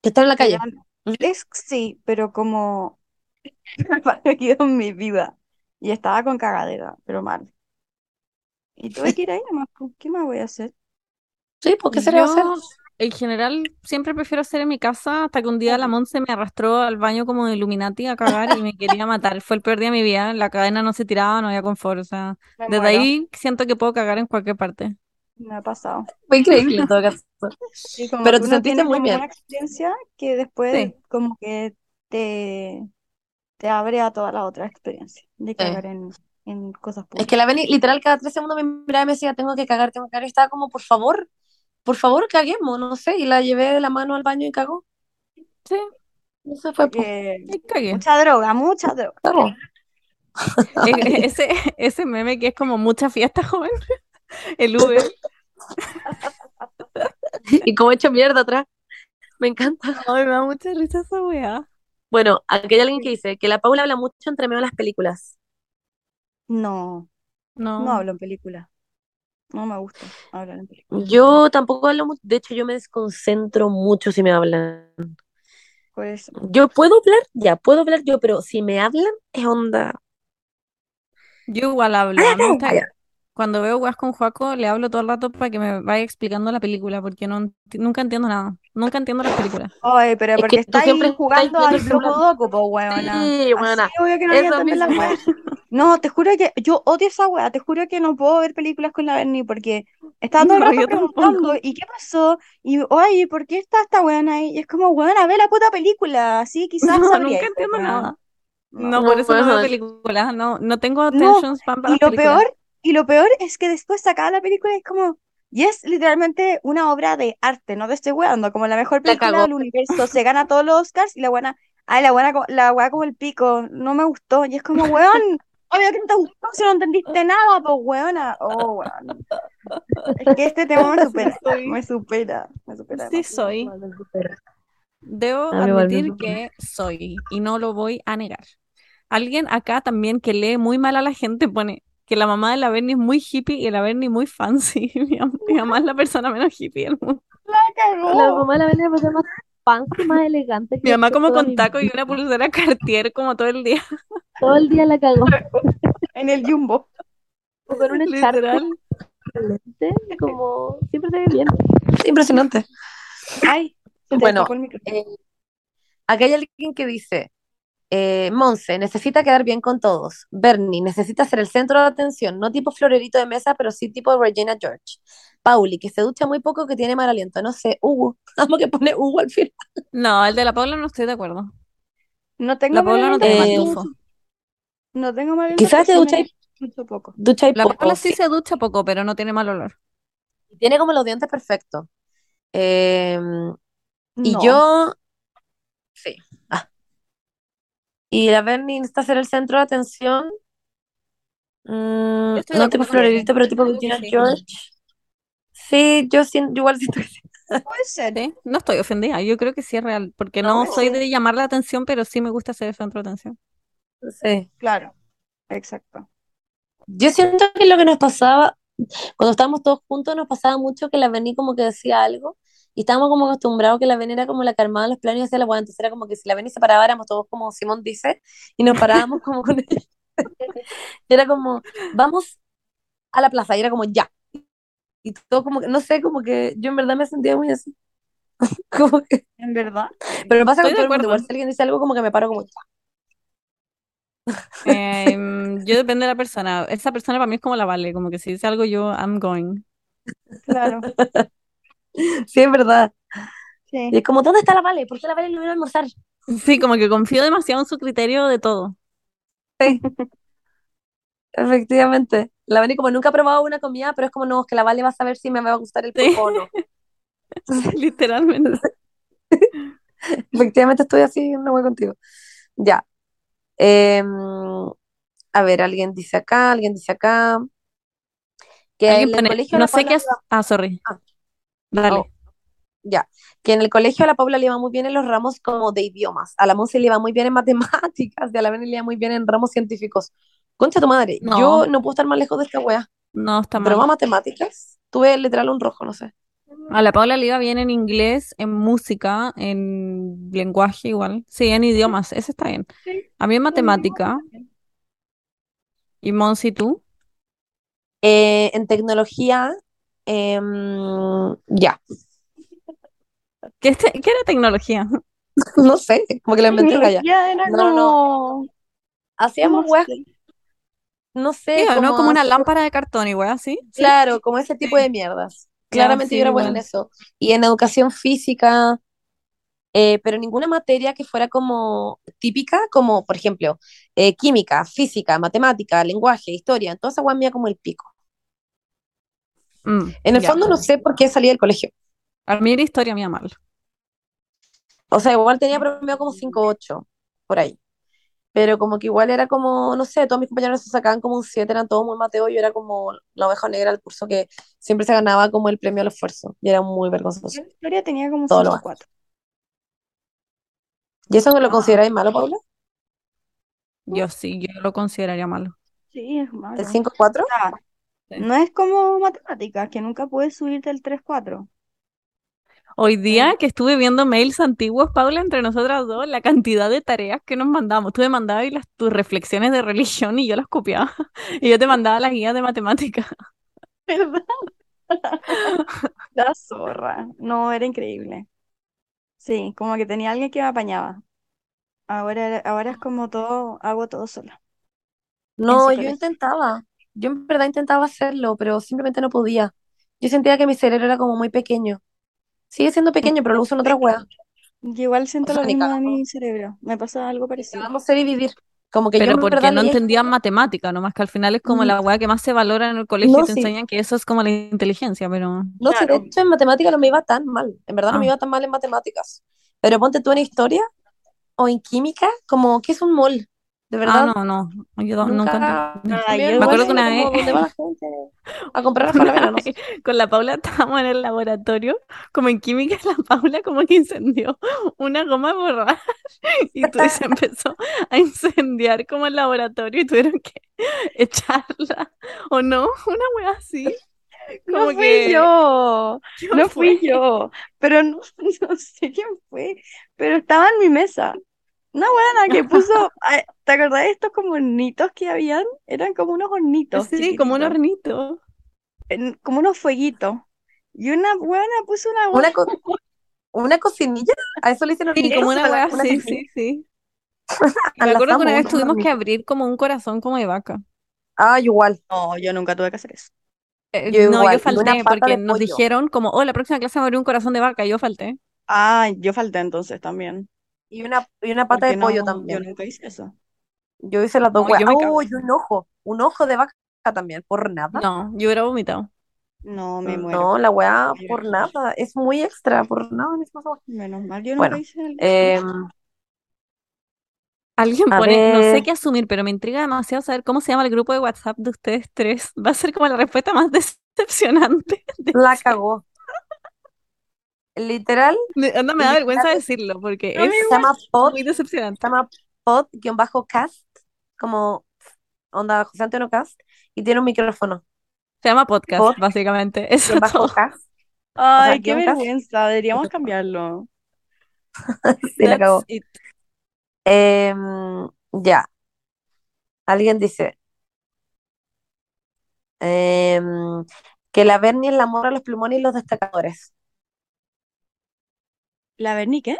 S1: Que estar en la calle.
S2: eran,
S1: Ujú.
S2: es sí, pero como [laughs] parecido en mi vida. Y estaba con cagadera, pero mal. Y tuve que ir ahí nomás, pues, ¿qué más voy a hacer?
S1: Sí, porque se le va a hacer?
S3: Yo, en general, siempre prefiero hacer en mi casa hasta que un día la
S2: Obvio.
S3: Monse me arrastró al baño como de Illuminati a cagar y me [laughs] quería matar. Fue el peor día de mi vida. La cadena no se tiraba, no había confort. O sea,
S2: Me
S3: desde
S2: muero,
S3: ahí siento que puedo cagar en cualquier parte.
S2: me ha pasado.
S1: Fue increíble en todo caso.
S2: Y como
S1: Pero
S2: que
S1: te
S2: uno
S1: sentiste
S2: tiene
S1: muy
S2: como
S1: bien.
S2: una experiencia que después
S3: Sí.
S2: como que te, te abre a todas las otras experiencias de
S1: Sí.
S2: cagar en, en cosas
S1: Es que
S2: públicas.
S1: la Beni literal cada tres segundos me miraba y me decía, tengo que cagar, tengo que cagar. Y estaba como, por favor, por favor, caguemos, no sé. Y la llevé de la mano al baño y cagó.
S3: Sí,
S1: No se fue, po.
S2: Porque
S3: y cagué.
S2: Eh, mucha droga, mucha droga.
S1: Cagó.
S3: [laughs] E- [laughs] e- ese, ese meme que es como mucha fiesta, [laughs] joven. El Uber.
S1: [laughs] Y como he hecho mierda atrás. Me encanta.
S3: Ay, me da mucha risa esa weá.
S1: Bueno, aquí hay alguien que dice que la Paula habla mucho entre medio de las películas.
S2: No, no
S3: No.
S2: hablo en película. No me gusta hablar en película.
S1: Yo tampoco hablo mucho. De hecho, yo me desconcentro mucho si me hablan.
S2: Por eso.
S1: Yo puedo hablar, ya, puedo hablar yo, pero si me hablan, es onda.
S3: Yo igual hablo. A mí me gusta
S1: Ah, ya.
S3: cuando veo weas con Joaco, le hablo todo el rato para que me vaya explicando la película, porque no, enti- nunca entiendo nada. Nunca entiendo las películas.
S2: Oye, pero
S1: Es que
S2: porque
S1: tú
S2: estáis
S1: siempre estás
S2: jugando
S1: viendo
S2: al
S1: el
S2: Blue
S1: celular.
S2: Sudoku, po, weona.
S1: Sí,
S2: Así
S1: buena.
S2: obvio que no voy a
S1: Eso
S2: entender la
S1: mismo.
S2: weá. No, te juro que yo odio esa weá, te juro que no puedo ver películas con la Berni porque estaba todo el
S3: No,
S2: rato
S3: yo
S2: preguntando,
S3: tampoco.
S2: ¿y qué pasó? Y, oye, ¿por qué está esta weona ahí? Y es como, weona, ve la puta película, así
S3: [laughs]
S2: quizás
S3: [laughs] No,
S2: sabría,
S3: nunca
S2: po,
S3: entiendo
S2: weón.
S3: nada.
S2: No.
S3: No, por eso no veo
S1: Bueno.
S3: películas. No, no tengo
S2: No,
S3: attention span para
S2: y
S3: las
S2: lo
S3: películas. [laughs]
S2: peor, y lo peor es que después sacaba la película y es como, y es literalmente una obra de arte, no te estoy weando, como la mejor
S1: La
S2: película
S1: cagó.
S2: del universo, se gana todos los Oscars y la buena, ay, la buena, co- la weá como el pico, no me gustó, y es como, weón, obvio que no te gustó si no entendiste nada, pues weona, oh, weón. Es que este tema me supera,
S3: soy.
S2: me supera, me supera
S3: Sí
S2: demasiado.
S3: soy. Debo
S1: A mí igual me
S3: admitir
S1: supera.
S3: que soy y no lo voy a negar. Alguien acá también que lee muy mal a la gente pone que la mamá de la Bernie es muy hippie y la Bernie muy fancy. [laughs] Mi, am- mi mamá es la persona menos hippie del mundo.
S2: ¡La
S1: La
S2: cagó!
S1: mamá de la Belén es la persona más fancy, más elegante que
S3: Mi
S1: he
S3: mamá
S1: visto en
S3: como
S1: toda
S3: con
S1: mi
S3: taco y
S1: vida.
S3: una pulsera Cartier como todo el día,
S1: Todo el día la cagó.
S2: En el jumbo.
S3: [laughs]
S1: Con un echarpe.
S3: literal.
S4: excelente, como siempre se ve bien.
S1: Impresionante.
S4: Ay, se te
S1: Bueno,
S4: tapó el micrófono.
S1: Eh, acá hay alguien que dice, eh, Monse, necesita quedar bien con todos. Bernie, necesita ser el centro de atención, no tipo florerito de mesa, pero sí tipo Regina George. Pauli, que se ducha muy poco, que tiene mal aliento. No sé, Hugo. [laughs] Vamos que pone Hugo al final.
S3: No, el de la Paula no estoy de acuerdo.
S4: No tengo
S3: La Paula no
S4: mala
S3: tiene
S1: Eh,
S4: nota.
S3: matufo.
S4: No tengo mal
S1: Quizás te duchas-
S4: mucho poco.
S1: Ducha y
S3: La
S1: poco.
S3: Paula sí se ducha poco, pero no tiene mal olor.
S1: Tiene como los dientes perfectos. Eh, y
S4: No.
S1: yo, sí. Ah. Y la Bernie necesita ser el centro de atención. Mm,
S3: estoy de acuerdo con
S1: no tipo
S3: Bernie.
S1: florerito, pero
S3: Yo
S1: tipo
S3: creo
S1: Regina
S3: que sí.
S1: George. Sí, yo, sien- yo igual siento que sí.
S4: Puede ser.
S3: Sí, No estoy ofendida, yo creo que sí es real, porque
S1: No,
S3: no soy
S1: sí.
S3: de llamar la atención, pero sí me gusta ser el centro de
S1: [laughs]
S3: atención.
S1: Sí.
S4: Claro. Exacto.
S1: Yo siento que lo que nos pasaba, cuando estábamos todos juntos, nos pasaba mucho que la Berni como que decía algo y estábamos como acostumbrados que la Berni era como la que armaba los planes y hacía la hueá. Entonces era como que si la Berni se paraba, éramos todos como Simón dice y nos parábamos como con ella. Y [laughs] era como, vamos a la plaza. Y era como, ya. Y todo como que, no sé, como que yo en verdad me sentía muy así. [laughs] Como que-
S4: En verdad.
S1: pero me
S3: Estoy de
S1: pasa con todo el mundo.
S3: acuerdo.
S1: Igual si alguien dice algo, como que me paro como, ya.
S3: Eh, mm, yo depende de la persona. Esa persona para mí es como la Vale, como que si dice algo yo, I'm going. [laughs]
S1: [laughs]
S4: Claro.
S1: Sí, es verdad.
S4: Sí.
S1: Y es como, ¿dónde está la Vale? ¿Por qué la Vale no vino a almorzar?
S3: Sí, como que confío demasiado en su criterio de todo. [laughs]
S1: Efectivamente. La Vani como nunca ha probado una comida, pero es como, no, es que la Vale va a saber si me va a gustar el
S3: Sí.
S1: pulpo o
S3: [laughs]
S1: no.
S3: Literalmente.
S1: Efectivamente estoy así, no voy contigo. Ya. Em, a ver, alguien dice acá, alguien dice acá. Que
S3: Alguien
S1: en el
S3: pone,
S1: colegio a
S3: no
S1: la
S3: sé
S1: Paula
S3: qué es. Ah, sorry.
S1: Ah.
S3: Dale.
S1: Oh. Ya, que en el colegio a la Paula le iba muy bien en los ramos como de idiomas, a la Monse le iba muy bien en matemáticas, y a la Vane le iba muy bien en ramos científicos. Concha tu madre,
S3: No.
S1: yo no puedo estar más lejos de esta wea.
S3: No, está mal.
S1: Broma matemáticas, tuve literal un rojo, no sé.
S3: A la Paula le iba bien en inglés, en música, en lenguaje igual. Sí, en idiomas, ese está bien.
S4: Sí.
S3: A mí en matemática. ¿Y Monsi tú?
S1: Eh, en tecnología, em, ya, [laughs]
S3: ¿Qué, es te- qué era tecnología?
S1: no sé, como que la inventé
S4: Tecnología
S1: ya.
S4: era
S1: No, no,
S4: como...
S1: Hacíamos
S4: no
S1: weas,
S4: sé.
S1: no
S3: Sí,
S1: sé,
S3: ¿o ¿no?
S1: como,
S3: Como una
S1: hacer-
S3: lámpara de cartón y weá, ¿sí?
S1: claro, como ese tipo de mierdas.
S3: [laughs] Ya,
S1: Claramente
S3: sí,
S1: yo era buena en
S3: igual.
S1: eso. Y en educación física. eh, pero ninguna materia que fuera como típica, como por ejemplo eh, química, física, matemática, lenguaje, historia, toda esa guamia como el pico.
S3: Mm,
S1: En el
S3: ya.
S1: fondo no sé por qué salí del colegio.
S3: A mí era historia mía mal.
S1: O sea, igual tenía promedio como 5-8, por ahí. Pero como que igual era como, no sé, todos mis compañeros se sacaban como un 7, eran todos muy mateo, yo era como la oveja negra del curso que siempre se ganaba como el premio al esfuerzo y era muy vergonzoso.
S4: Yo en historia tenía como
S1: Todo lo
S4: 54.
S1: ¿Y eso lo
S3: Ah.
S1: consideráis malo, Paula?
S3: Yo sí, yo lo consideraría malo.
S4: Sí, es
S3: Ah,
S4: malo.
S1: ¿El 5-4?
S4: sea,
S3: Sí.
S4: no es como matemáticas, que nunca puedes subirte al 3-4.
S3: Hoy día que estuve viendo mails antiguos, Paula, entre nosotras dos, la cantidad de tareas que nos mandamos. Tú me mandabas y las, tus reflexiones de religión y yo las copiaba. [laughs] Y yo te mandaba las guías de matemáticas.
S4: [laughs]
S1: [laughs]
S4: ¿Verdad? La zorra. No, era increíble. Sí, como que tenía alguien que me apañaba. Ahora, ahora es como todo, hago todo sola.
S1: No, yo
S4: colegio.
S1: intentaba, yo en verdad intentaba hacerlo, pero simplemente no podía. Yo sentía que mi cerebro era como muy pequeño. Sigue siendo pequeño, pero lo uso en otra hueá.
S4: Yo igual siento
S1: O sea,
S4: lo
S1: ni
S4: mismo de
S1: cagando.
S4: mi cerebro. Me pasa algo parecido.
S1: No sé dividir. Como que yo
S3: Pero
S1: en
S3: porque
S1: verdad
S3: no
S1: leía-
S3: entendían matemática, nomás que al final es como la weá que más se valora en el colegio
S1: No,
S3: y te
S1: sí.
S3: enseñan que eso es como la inteligencia, pero
S1: No sé, de
S4: Claro.
S1: hecho en matemáticas no me iba tan mal. En verdad no me
S3: Ah.
S1: iba tan mal en matemáticas. Pero ponte tú en historia o en química, como que es un mol. De
S3: Ah,
S1: verdad,
S3: no, no, yo no- nunca
S1: nunca.
S3: entendí.
S4: Ay, yo
S1: me
S4: igual
S3: acuerdo que una
S1: como
S3: vez-
S1: dónde va la gente a [laughs] comprar
S3: [laughs]
S1: las palomeras, no sé.
S3: Con la Paula estábamos en el laboratorio, como en química, la Paula como que incendió una goma de borrar [laughs] y, tu- y se empezó a incendiar como el laboratorio y tuvieron que [laughs] echarla, ¿o no? Una wea así,
S4: No
S3: como
S4: fui
S3: que...
S2: [laughs]
S4: yo,
S3: ¿Quién
S4: no fui
S3: fue?
S4: yo, pero no, no sé quién fue, pero estaba en mi mesa. Una buena que
S2: [laughs]
S4: puso, ay, ¿te acordás de estos como hornitos que habían? Eran como unos hornitos
S3: Sí, como un
S4: chiquititos.
S3: hornito.
S2: en- como unos fueguitos. Y una buena puso una hueá
S1: Una, co- una cocinilla, a eso le hicieron
S3: Sí, como una
S1: hueá,
S3: hueá, sí, sí,
S1: [laughs]
S3: sí. Me
S1: Las
S3: acuerdo que una
S1: amo,
S3: vez
S1: las
S3: tuvimos
S1: amo.
S3: que abrir como un corazón como de vaca.
S1: Ah, igual.
S2: No, yo nunca tuve que hacer eso.
S3: Eh,
S1: Yo
S3: no,
S1: igual,
S3: yo
S1: y una
S3: falté
S1: pata
S3: porque
S1: de
S3: nos
S1: pollo.
S3: dijeron como, oh, la próxima clase va a abrir un corazón de vaca, y yo falté.
S2: Ah, yo falté entonces también.
S1: Y una, y una pata de
S2: porque
S1: pollo
S2: no,
S1: también.
S2: Yo nunca hice eso.
S1: Yo hice las dos
S3: No,
S1: hueá.
S3: yo me
S1: Ah,
S3: cago.
S1: uy, un ojo, un ojo de vaca también, por nada.
S3: No, yo hubiera vomitado.
S2: Mm, No, me muero.
S1: No, la weá
S2: Me
S1: por
S2: muero.
S1: nada, es muy extra, por nada. no es más agua.
S2: Menos mal, yo nunca
S1: Bueno,
S2: hice el-
S1: em,
S3: Alguien
S1: A
S3: pone, no sé
S1: ver.
S3: qué asumir, pero me intriga demasiado saber cómo se llama el grupo de WhatsApp de ustedes tres. Va a ser como la respuesta más [laughs] decepcionante. de-
S1: la cagó. Literal,
S3: Me- anda, me da vergüenza decirlo porque
S2: A mí
S3: es
S1: se llama pod,
S3: muy
S1: se
S3: decepcionante.
S1: llama pod-cast, como onda José Antonio Cast, y tiene un micrófono,
S3: Se llama podcast,
S1: Pod.
S3: básicamente. [laughs] Eso
S1: guión
S3: es
S2: [laughs]
S1: bajo
S3: todo.
S1: cast.
S2: Ay, qué
S1: guión casi.
S2: vergüenza, [laughs] deberíamos cambiarlo.
S1: Sí, la cagó.
S3: That's it.
S1: Em, ya. Alguien dice em, que la Berni es la mora, los plumones y los destacadores.
S2: ¿La vernique?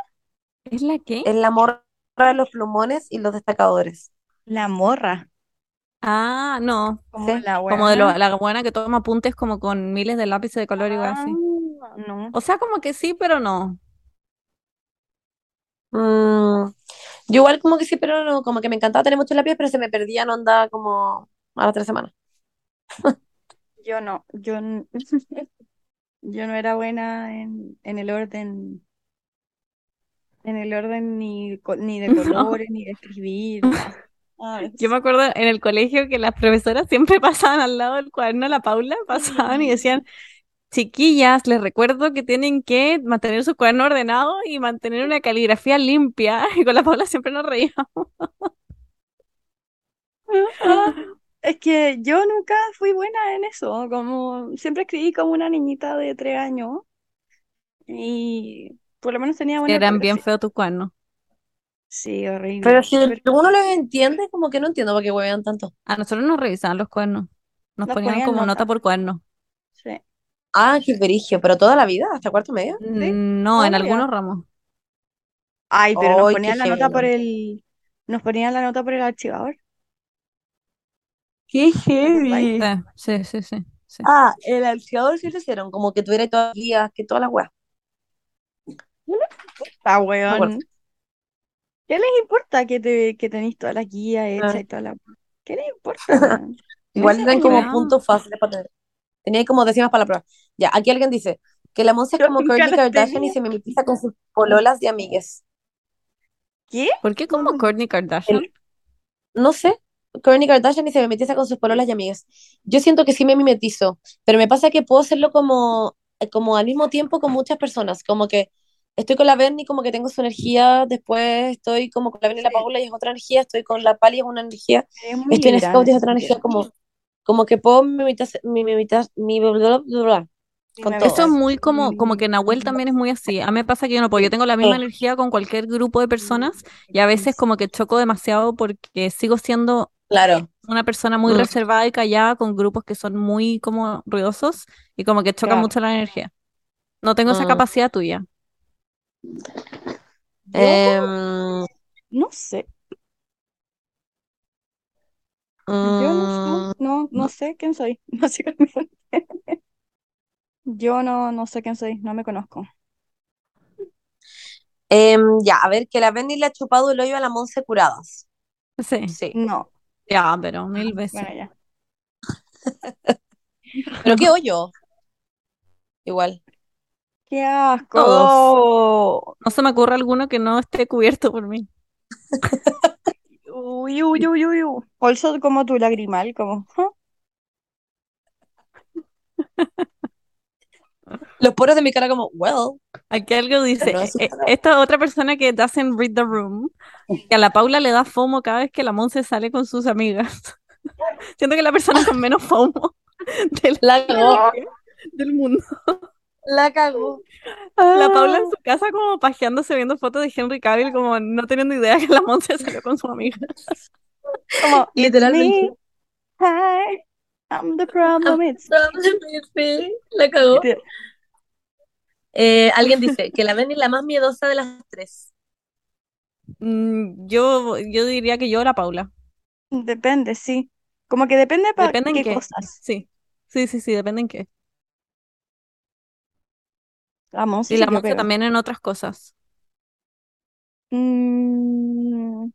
S3: ¿Es la qué?
S1: Es la morra de los plumones y los destacadores.
S2: La morra.
S3: Ah, no.
S2: Como
S1: Sí,
S2: la
S3: Como de lo-
S2: weá.
S3: la buena que toma apuntes como con miles de lápices de color y weas así.
S2: Ah, no.
S3: O sea, como que sí, pero no.
S1: Mm, yo igual como que sí, pero no, como que me encantaba tener muchos lápices, pero se me perdían onda como a las tres semanas.
S2: Yo no, yo, n- [laughs] yo no era buena en, en el orden, en el orden ni, co- ni de
S3: [laughs] No.
S2: colores, ni de
S3: [laughs]
S2: escribir, nada. Ah, Nada de
S3: Yo me
S2: eso.
S3: acuerdo en el colegio que las profesoras siempre [laughs] pasaban al lado del cuaderno, la Paula, pasaban y decían, chiquillas, les recuerdo que tienen que mantener su cuaderno ordenado y mantener una caligrafía limpia. [laughs] Y con la Paula siempre nos reíamos.
S2: Es que yo nunca fui buena en eso, como siempre escribí como una niñita de tres años y por lo menos tenía buena
S3: Eran bien
S2: ortografía.
S3: feos tus cuadernos.
S2: Sí, horrible.
S1: Pero si
S2: Pero
S1: uno los entiende, como que no entiendo por qué huevean tanto.
S3: A nosotros nos revisaban los cuernos. Nos
S2: Nos
S3: ponían
S2: ponían
S3: como
S2: nota.
S3: nota por cuerno.
S2: sí.
S1: Ah, qué perigio, pero toda la vida, hasta cuarto medio.
S3: Mm, No, en
S2: Obvio.
S3: algunos ramos.
S2: Ay, pero nos
S1: Ay, qué
S2: ponían la nota por
S1: heavy.
S2: el, nos ponían la nota por el archivador.
S1: Qué
S2: acordáis?
S1: heavy.
S3: Sí, sí, sí, sí.
S1: Ah, el archivador sí lo hicieron, como que tuviera todas las guías, que todas las weas.
S2: Está
S1: Me acuerdo.
S2: weón. ¿Qué les importa que te que tenéis toda la guía hecha
S1: Ah.
S2: y toda la ¿Qué les importa, weón?
S1: Igual
S2: Esa
S1: eran
S2: es
S1: como
S3: weá.
S1: puntos fáciles para tener. Tenía como décimas para la prueba. Ya, aquí alguien dice que la Monse es
S2: Yo
S1: como
S2: nunca
S1: Kourtney
S2: las
S1: Kardashian
S2: tenía.
S1: y se mimetiza con sus pololas y amigues.
S2: ¿Qué?
S3: ¿Por qué como
S2: No.
S3: Kourtney Kardashian?
S1: No sé, Kourtney Kardashian y se mimetiza con sus pololas y amigues. Yo siento que sí me mimetizo, pero me pasa que puedo hacerlo como, eh, como al mismo tiempo con muchas personas. Como que estoy con la Bernie, como que tengo su energía. Después estoy como con la Bernie y la
S2: Sí.
S1: Paula y es otra energía. Estoy con la Pali y es una energía.
S2: Es muy
S1: Estoy en
S2: Libra
S1: Scout y
S2: en
S1: es
S2: ese
S1: otra energía.
S2: sentido.
S1: Como, como que puedo mimetiz- mi mimetiz- mi bla, bla, bla,
S2: Sí,
S1: con
S2: me
S1: todos.
S3: Eso es
S2: parece.
S3: muy como, como que Nahuel también es muy así. A mí me pasa que yo no puedo. Yo tengo la misma
S1: Sí.
S3: energía con cualquier grupo de personas y a veces como que choco demasiado porque sigo siendo
S1: Claro.
S3: una persona muy
S1: Mm.
S3: reservada y callada con grupos que son muy como ruidosos y como que choca
S2: Claro.
S3: mucho la energía. No tengo esa
S1: Mm.
S3: capacidad tuya.
S2: Yo
S1: Em,
S2: no sé, yo no
S1: mm,
S2: sé, no, no sé quién soy, [laughs] básicamente. Yo no, no sé quién soy, no me conozco.
S1: em, ya, a ver, que la Benny le ha chupado el hoyo a la Monse curadas.
S3: Sí,
S1: Sí.
S2: No,
S3: ya, pero mil veces.
S2: bueno, ya.
S1: Pero qué hoyo. Igual.
S2: ¡Qué asco!
S3: No se me ocurre alguno que no esté cubierto por mí.
S2: Uy, uy, uy, uy, uy. Also como tu lagrimal, como. [laughs] ¿huh?
S1: Los poros de mi cara como, well,
S3: Aquí algo dice,
S1: no
S3: eh,
S1: es
S3: eh, esta otra persona que doesn't read the room, que a la Paula le da FOMO cada vez que la Monse sale con sus amigas. [laughs] Siento que la persona con menos FOMO de la-
S1: la cagó,
S3: del mundo.
S1: la cagó.
S3: La Paula en su casa como pajeándose viendo fotos de Henry Cavill como no teniendo idea que la [laughs] Monse salió con su amiga.
S2: Como, it's
S1: Literalmente.
S2: me. Hi, I'm the problem,
S3: Ah,
S2: it's
S1: La cagó.
S2: Te-
S1: Eh, alguien dice que la Benny es la más miedosa de las tres.
S3: Mm, Yo, yo diría que yo la Paula.
S2: Depende, sí. Como que depende para
S3: Depende en
S2: qué
S3: qué.
S2: cosas.
S3: Sí. Sí, sí, sí, depende en qué.
S2: La Monse
S3: Y
S2: sí
S3: la
S2: que
S3: Monse
S2: pega.
S3: también en otras cosas.
S2: Mm,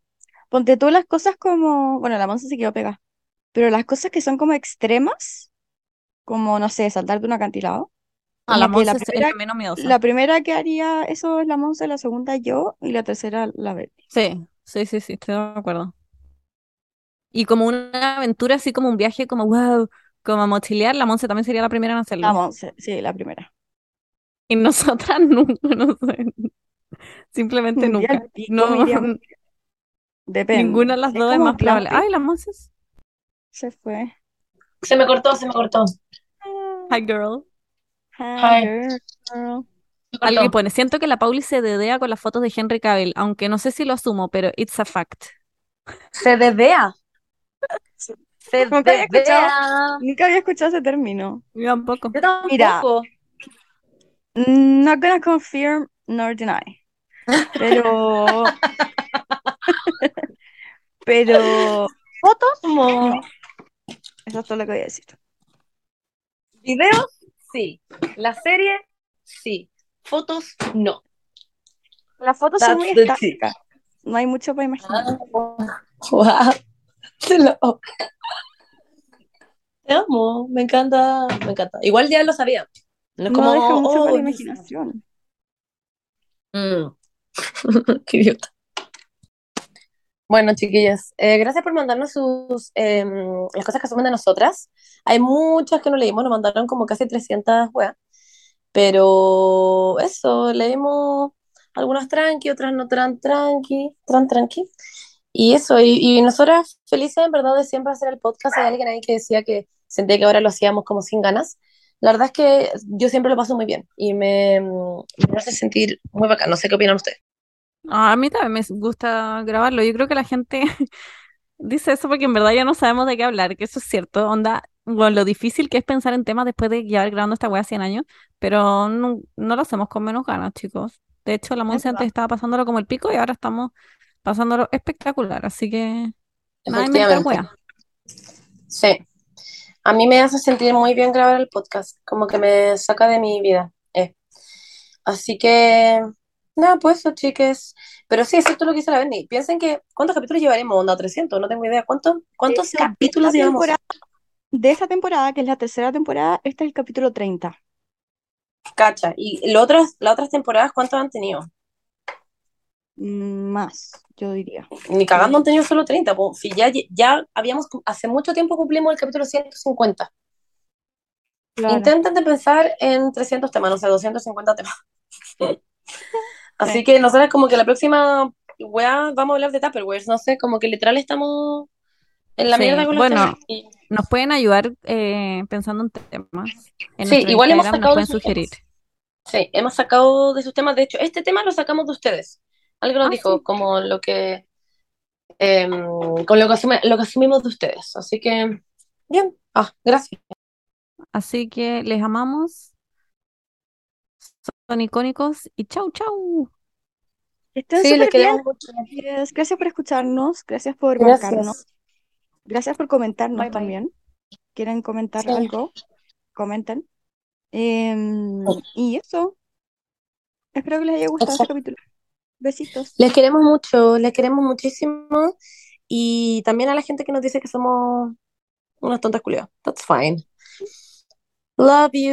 S2: ponte tú las cosas como, bueno, la Monse se quedó pegada, pero las cosas que son como extremas, como, no sé, saltar de un acantilado,
S3: A la
S2: como que la
S3: Monse es
S2: primera,
S3: la menos miedosa.
S2: la primera que haría eso es la Monse, la segunda yo y la tercera la Berti.
S3: Sí, sí, sí, sí, estoy de acuerdo. Y como una aventura, así como un viaje, como wow, como a mochilear, la Monse también sería la primera en hacerlo.
S2: La Monse, sí, la primera.
S3: Y nosotras [laughs] nunca, no sé. Simplemente
S2: Me iría al
S3: Este nunca.
S2: pico,
S3: No,
S2: me
S3: [laughs]
S2: iría a morir. Depende.
S3: ninguna de las
S2: Si es
S3: dos es
S2: como
S3: más probable.
S2: glamping,
S3: Ay, la Monse. es-
S2: se fue.
S1: Se me cortó, se me cortó.
S3: Hi, girl.
S2: Hi,
S1: Hi.
S2: girl.
S1: Se cortó.
S3: Alguien pone, siento que la Pauli se dedea con las fotos de Henry Cavill, aunque no sé si lo asumo, pero it's a fact.
S1: Se dedea. Se
S2: Nunca había
S1: dedea.
S2: Nunca había escuchado ese término.
S3: Yo tampoco.
S1: Yo tampoco.
S2: Mira. Mm, Not gonna confirm nor deny. Pero. Pero.
S1: Fotos, no.
S2: Eso es todo lo que voy a decir.
S1: Videos, sí. La serie, sí. Fotos, no.
S2: Las fotos son muy
S1: That's the
S2: estáticas.
S1: chica.
S2: No hay mucho para imaginar.
S1: Wow. Te lo- Te amo, me encanta, me encanta. Igual ya lo sabía. No es
S2: No
S1: como,
S2: deja mucho para
S1: oh,
S2: la imaginación.
S1: Mm. [laughs] Qué idiota. Bueno, chiquillas, eh, gracias por mandarnos sus, em, las cosas que asumen de nosotras. Hay muchas que no leímos, nos mandaron como casi 300 weas. Pero eso, leímos algunas tranqui, otras no tan tranqui, tan tranqui. Y eso, y, y nosotras felices en verdad de siempre hacer el podcast. Hay alguien ahí que decía que sentía que ahora lo hacíamos como sin ganas. La verdad es que yo siempre lo paso muy bien y me, mm, me hace sentir muy bacán. No sé qué opinan ustedes.
S3: Ah, A mí también me gusta grabarlo. Yo creo que la gente [laughs] dice eso porque en verdad ya no sabemos de qué hablar, que eso es cierto. Onda, bueno, lo difícil que es pensar en temas después de llevar grabando esta wea 100 años, pero no, no lo hacemos con menos ganas, chicos. De hecho, la Monse
S2: verdad.
S3: antes estaba pasándolo como el pico y ahora estamos pasándolo espectacular, así que nada de inventar
S1: Efectivamente.
S3: wea.
S1: Sí. A mí me hace sentir muy bien grabar el podcast, como que me saca de mi vida. eh. Así que, nada, pues eso, chiques. Pero sí, es cierto lo que dice la Benny. Piensen que, ¿cuántos capítulos llevaremos? Onda 300, no tengo idea. ¿Cuántos, cuántos
S2: Esta-
S1: capítulos
S2: esta
S1: llevamos?
S2: temporada- de esta temporada, que es la tercera temporada, este es el capítulo 30.
S1: Cacha. ¿Y lo otras, las otras temporadas cuántos han tenido?
S2: Mm, Más, yo diría.
S1: Ni cagando han tenido solo 30. po. Si ya, ya habíamos, hace mucho tiempo cumplimos el capítulo 150.
S2: Claro.
S1: Intenten de pensar en 300 temas, no sé, 250
S3: [laughs]
S1: temas. Así que nosotras como que la próxima weá vamos a hablar de Tupperware, no sé, como que literal estamos en la
S3: Sí,
S1: mierda con los
S3: bueno,
S1: temas. Y-
S3: Nos pueden ayudar eh, pensando en temas. En
S1: Sí,
S3: nuestro
S1: igual
S3: Instagram nos
S1: hemos sacado
S3: pueden
S1: los últimos.
S3: sugerir.
S1: Sí, hemos sacado de sus temas, de hecho, este tema lo sacamos de ustedes. Algo nos
S3: Ah,
S1: dijo,
S3: sí.
S1: como lo que, em, con lo que, asume- lo que asumimos de ustedes. Así que, bien. Ah, gracias.
S3: Así que les amamos. Son icónicos y chau, chau.
S2: Que estén
S1: Sí, les
S2: súper bien.
S1: queremos mucho.
S2: chiques. Gracias por escucharnos. Gracias por bancarnos.
S1: Gracias.
S2: Gracias por comentarnos
S1: Bye, bye.
S2: también. ¿Quieren comentar
S1: Sí.
S2: algo? Comenten. Em, y eso. Espero que les haya gustado este
S1: Exacto.
S2: capítulo. Besitos.
S1: Les queremos mucho, les queremos muchísimo. Y también a la gente que nos dice que somos unas tontas culiadas. That's fine. Love you.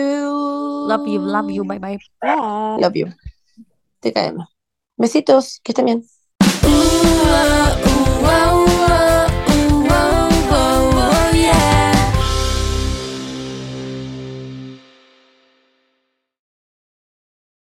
S3: Love you, love you, bye bye.
S2: Bye.
S1: Love you. Te caemos. Besitos, que estén bien.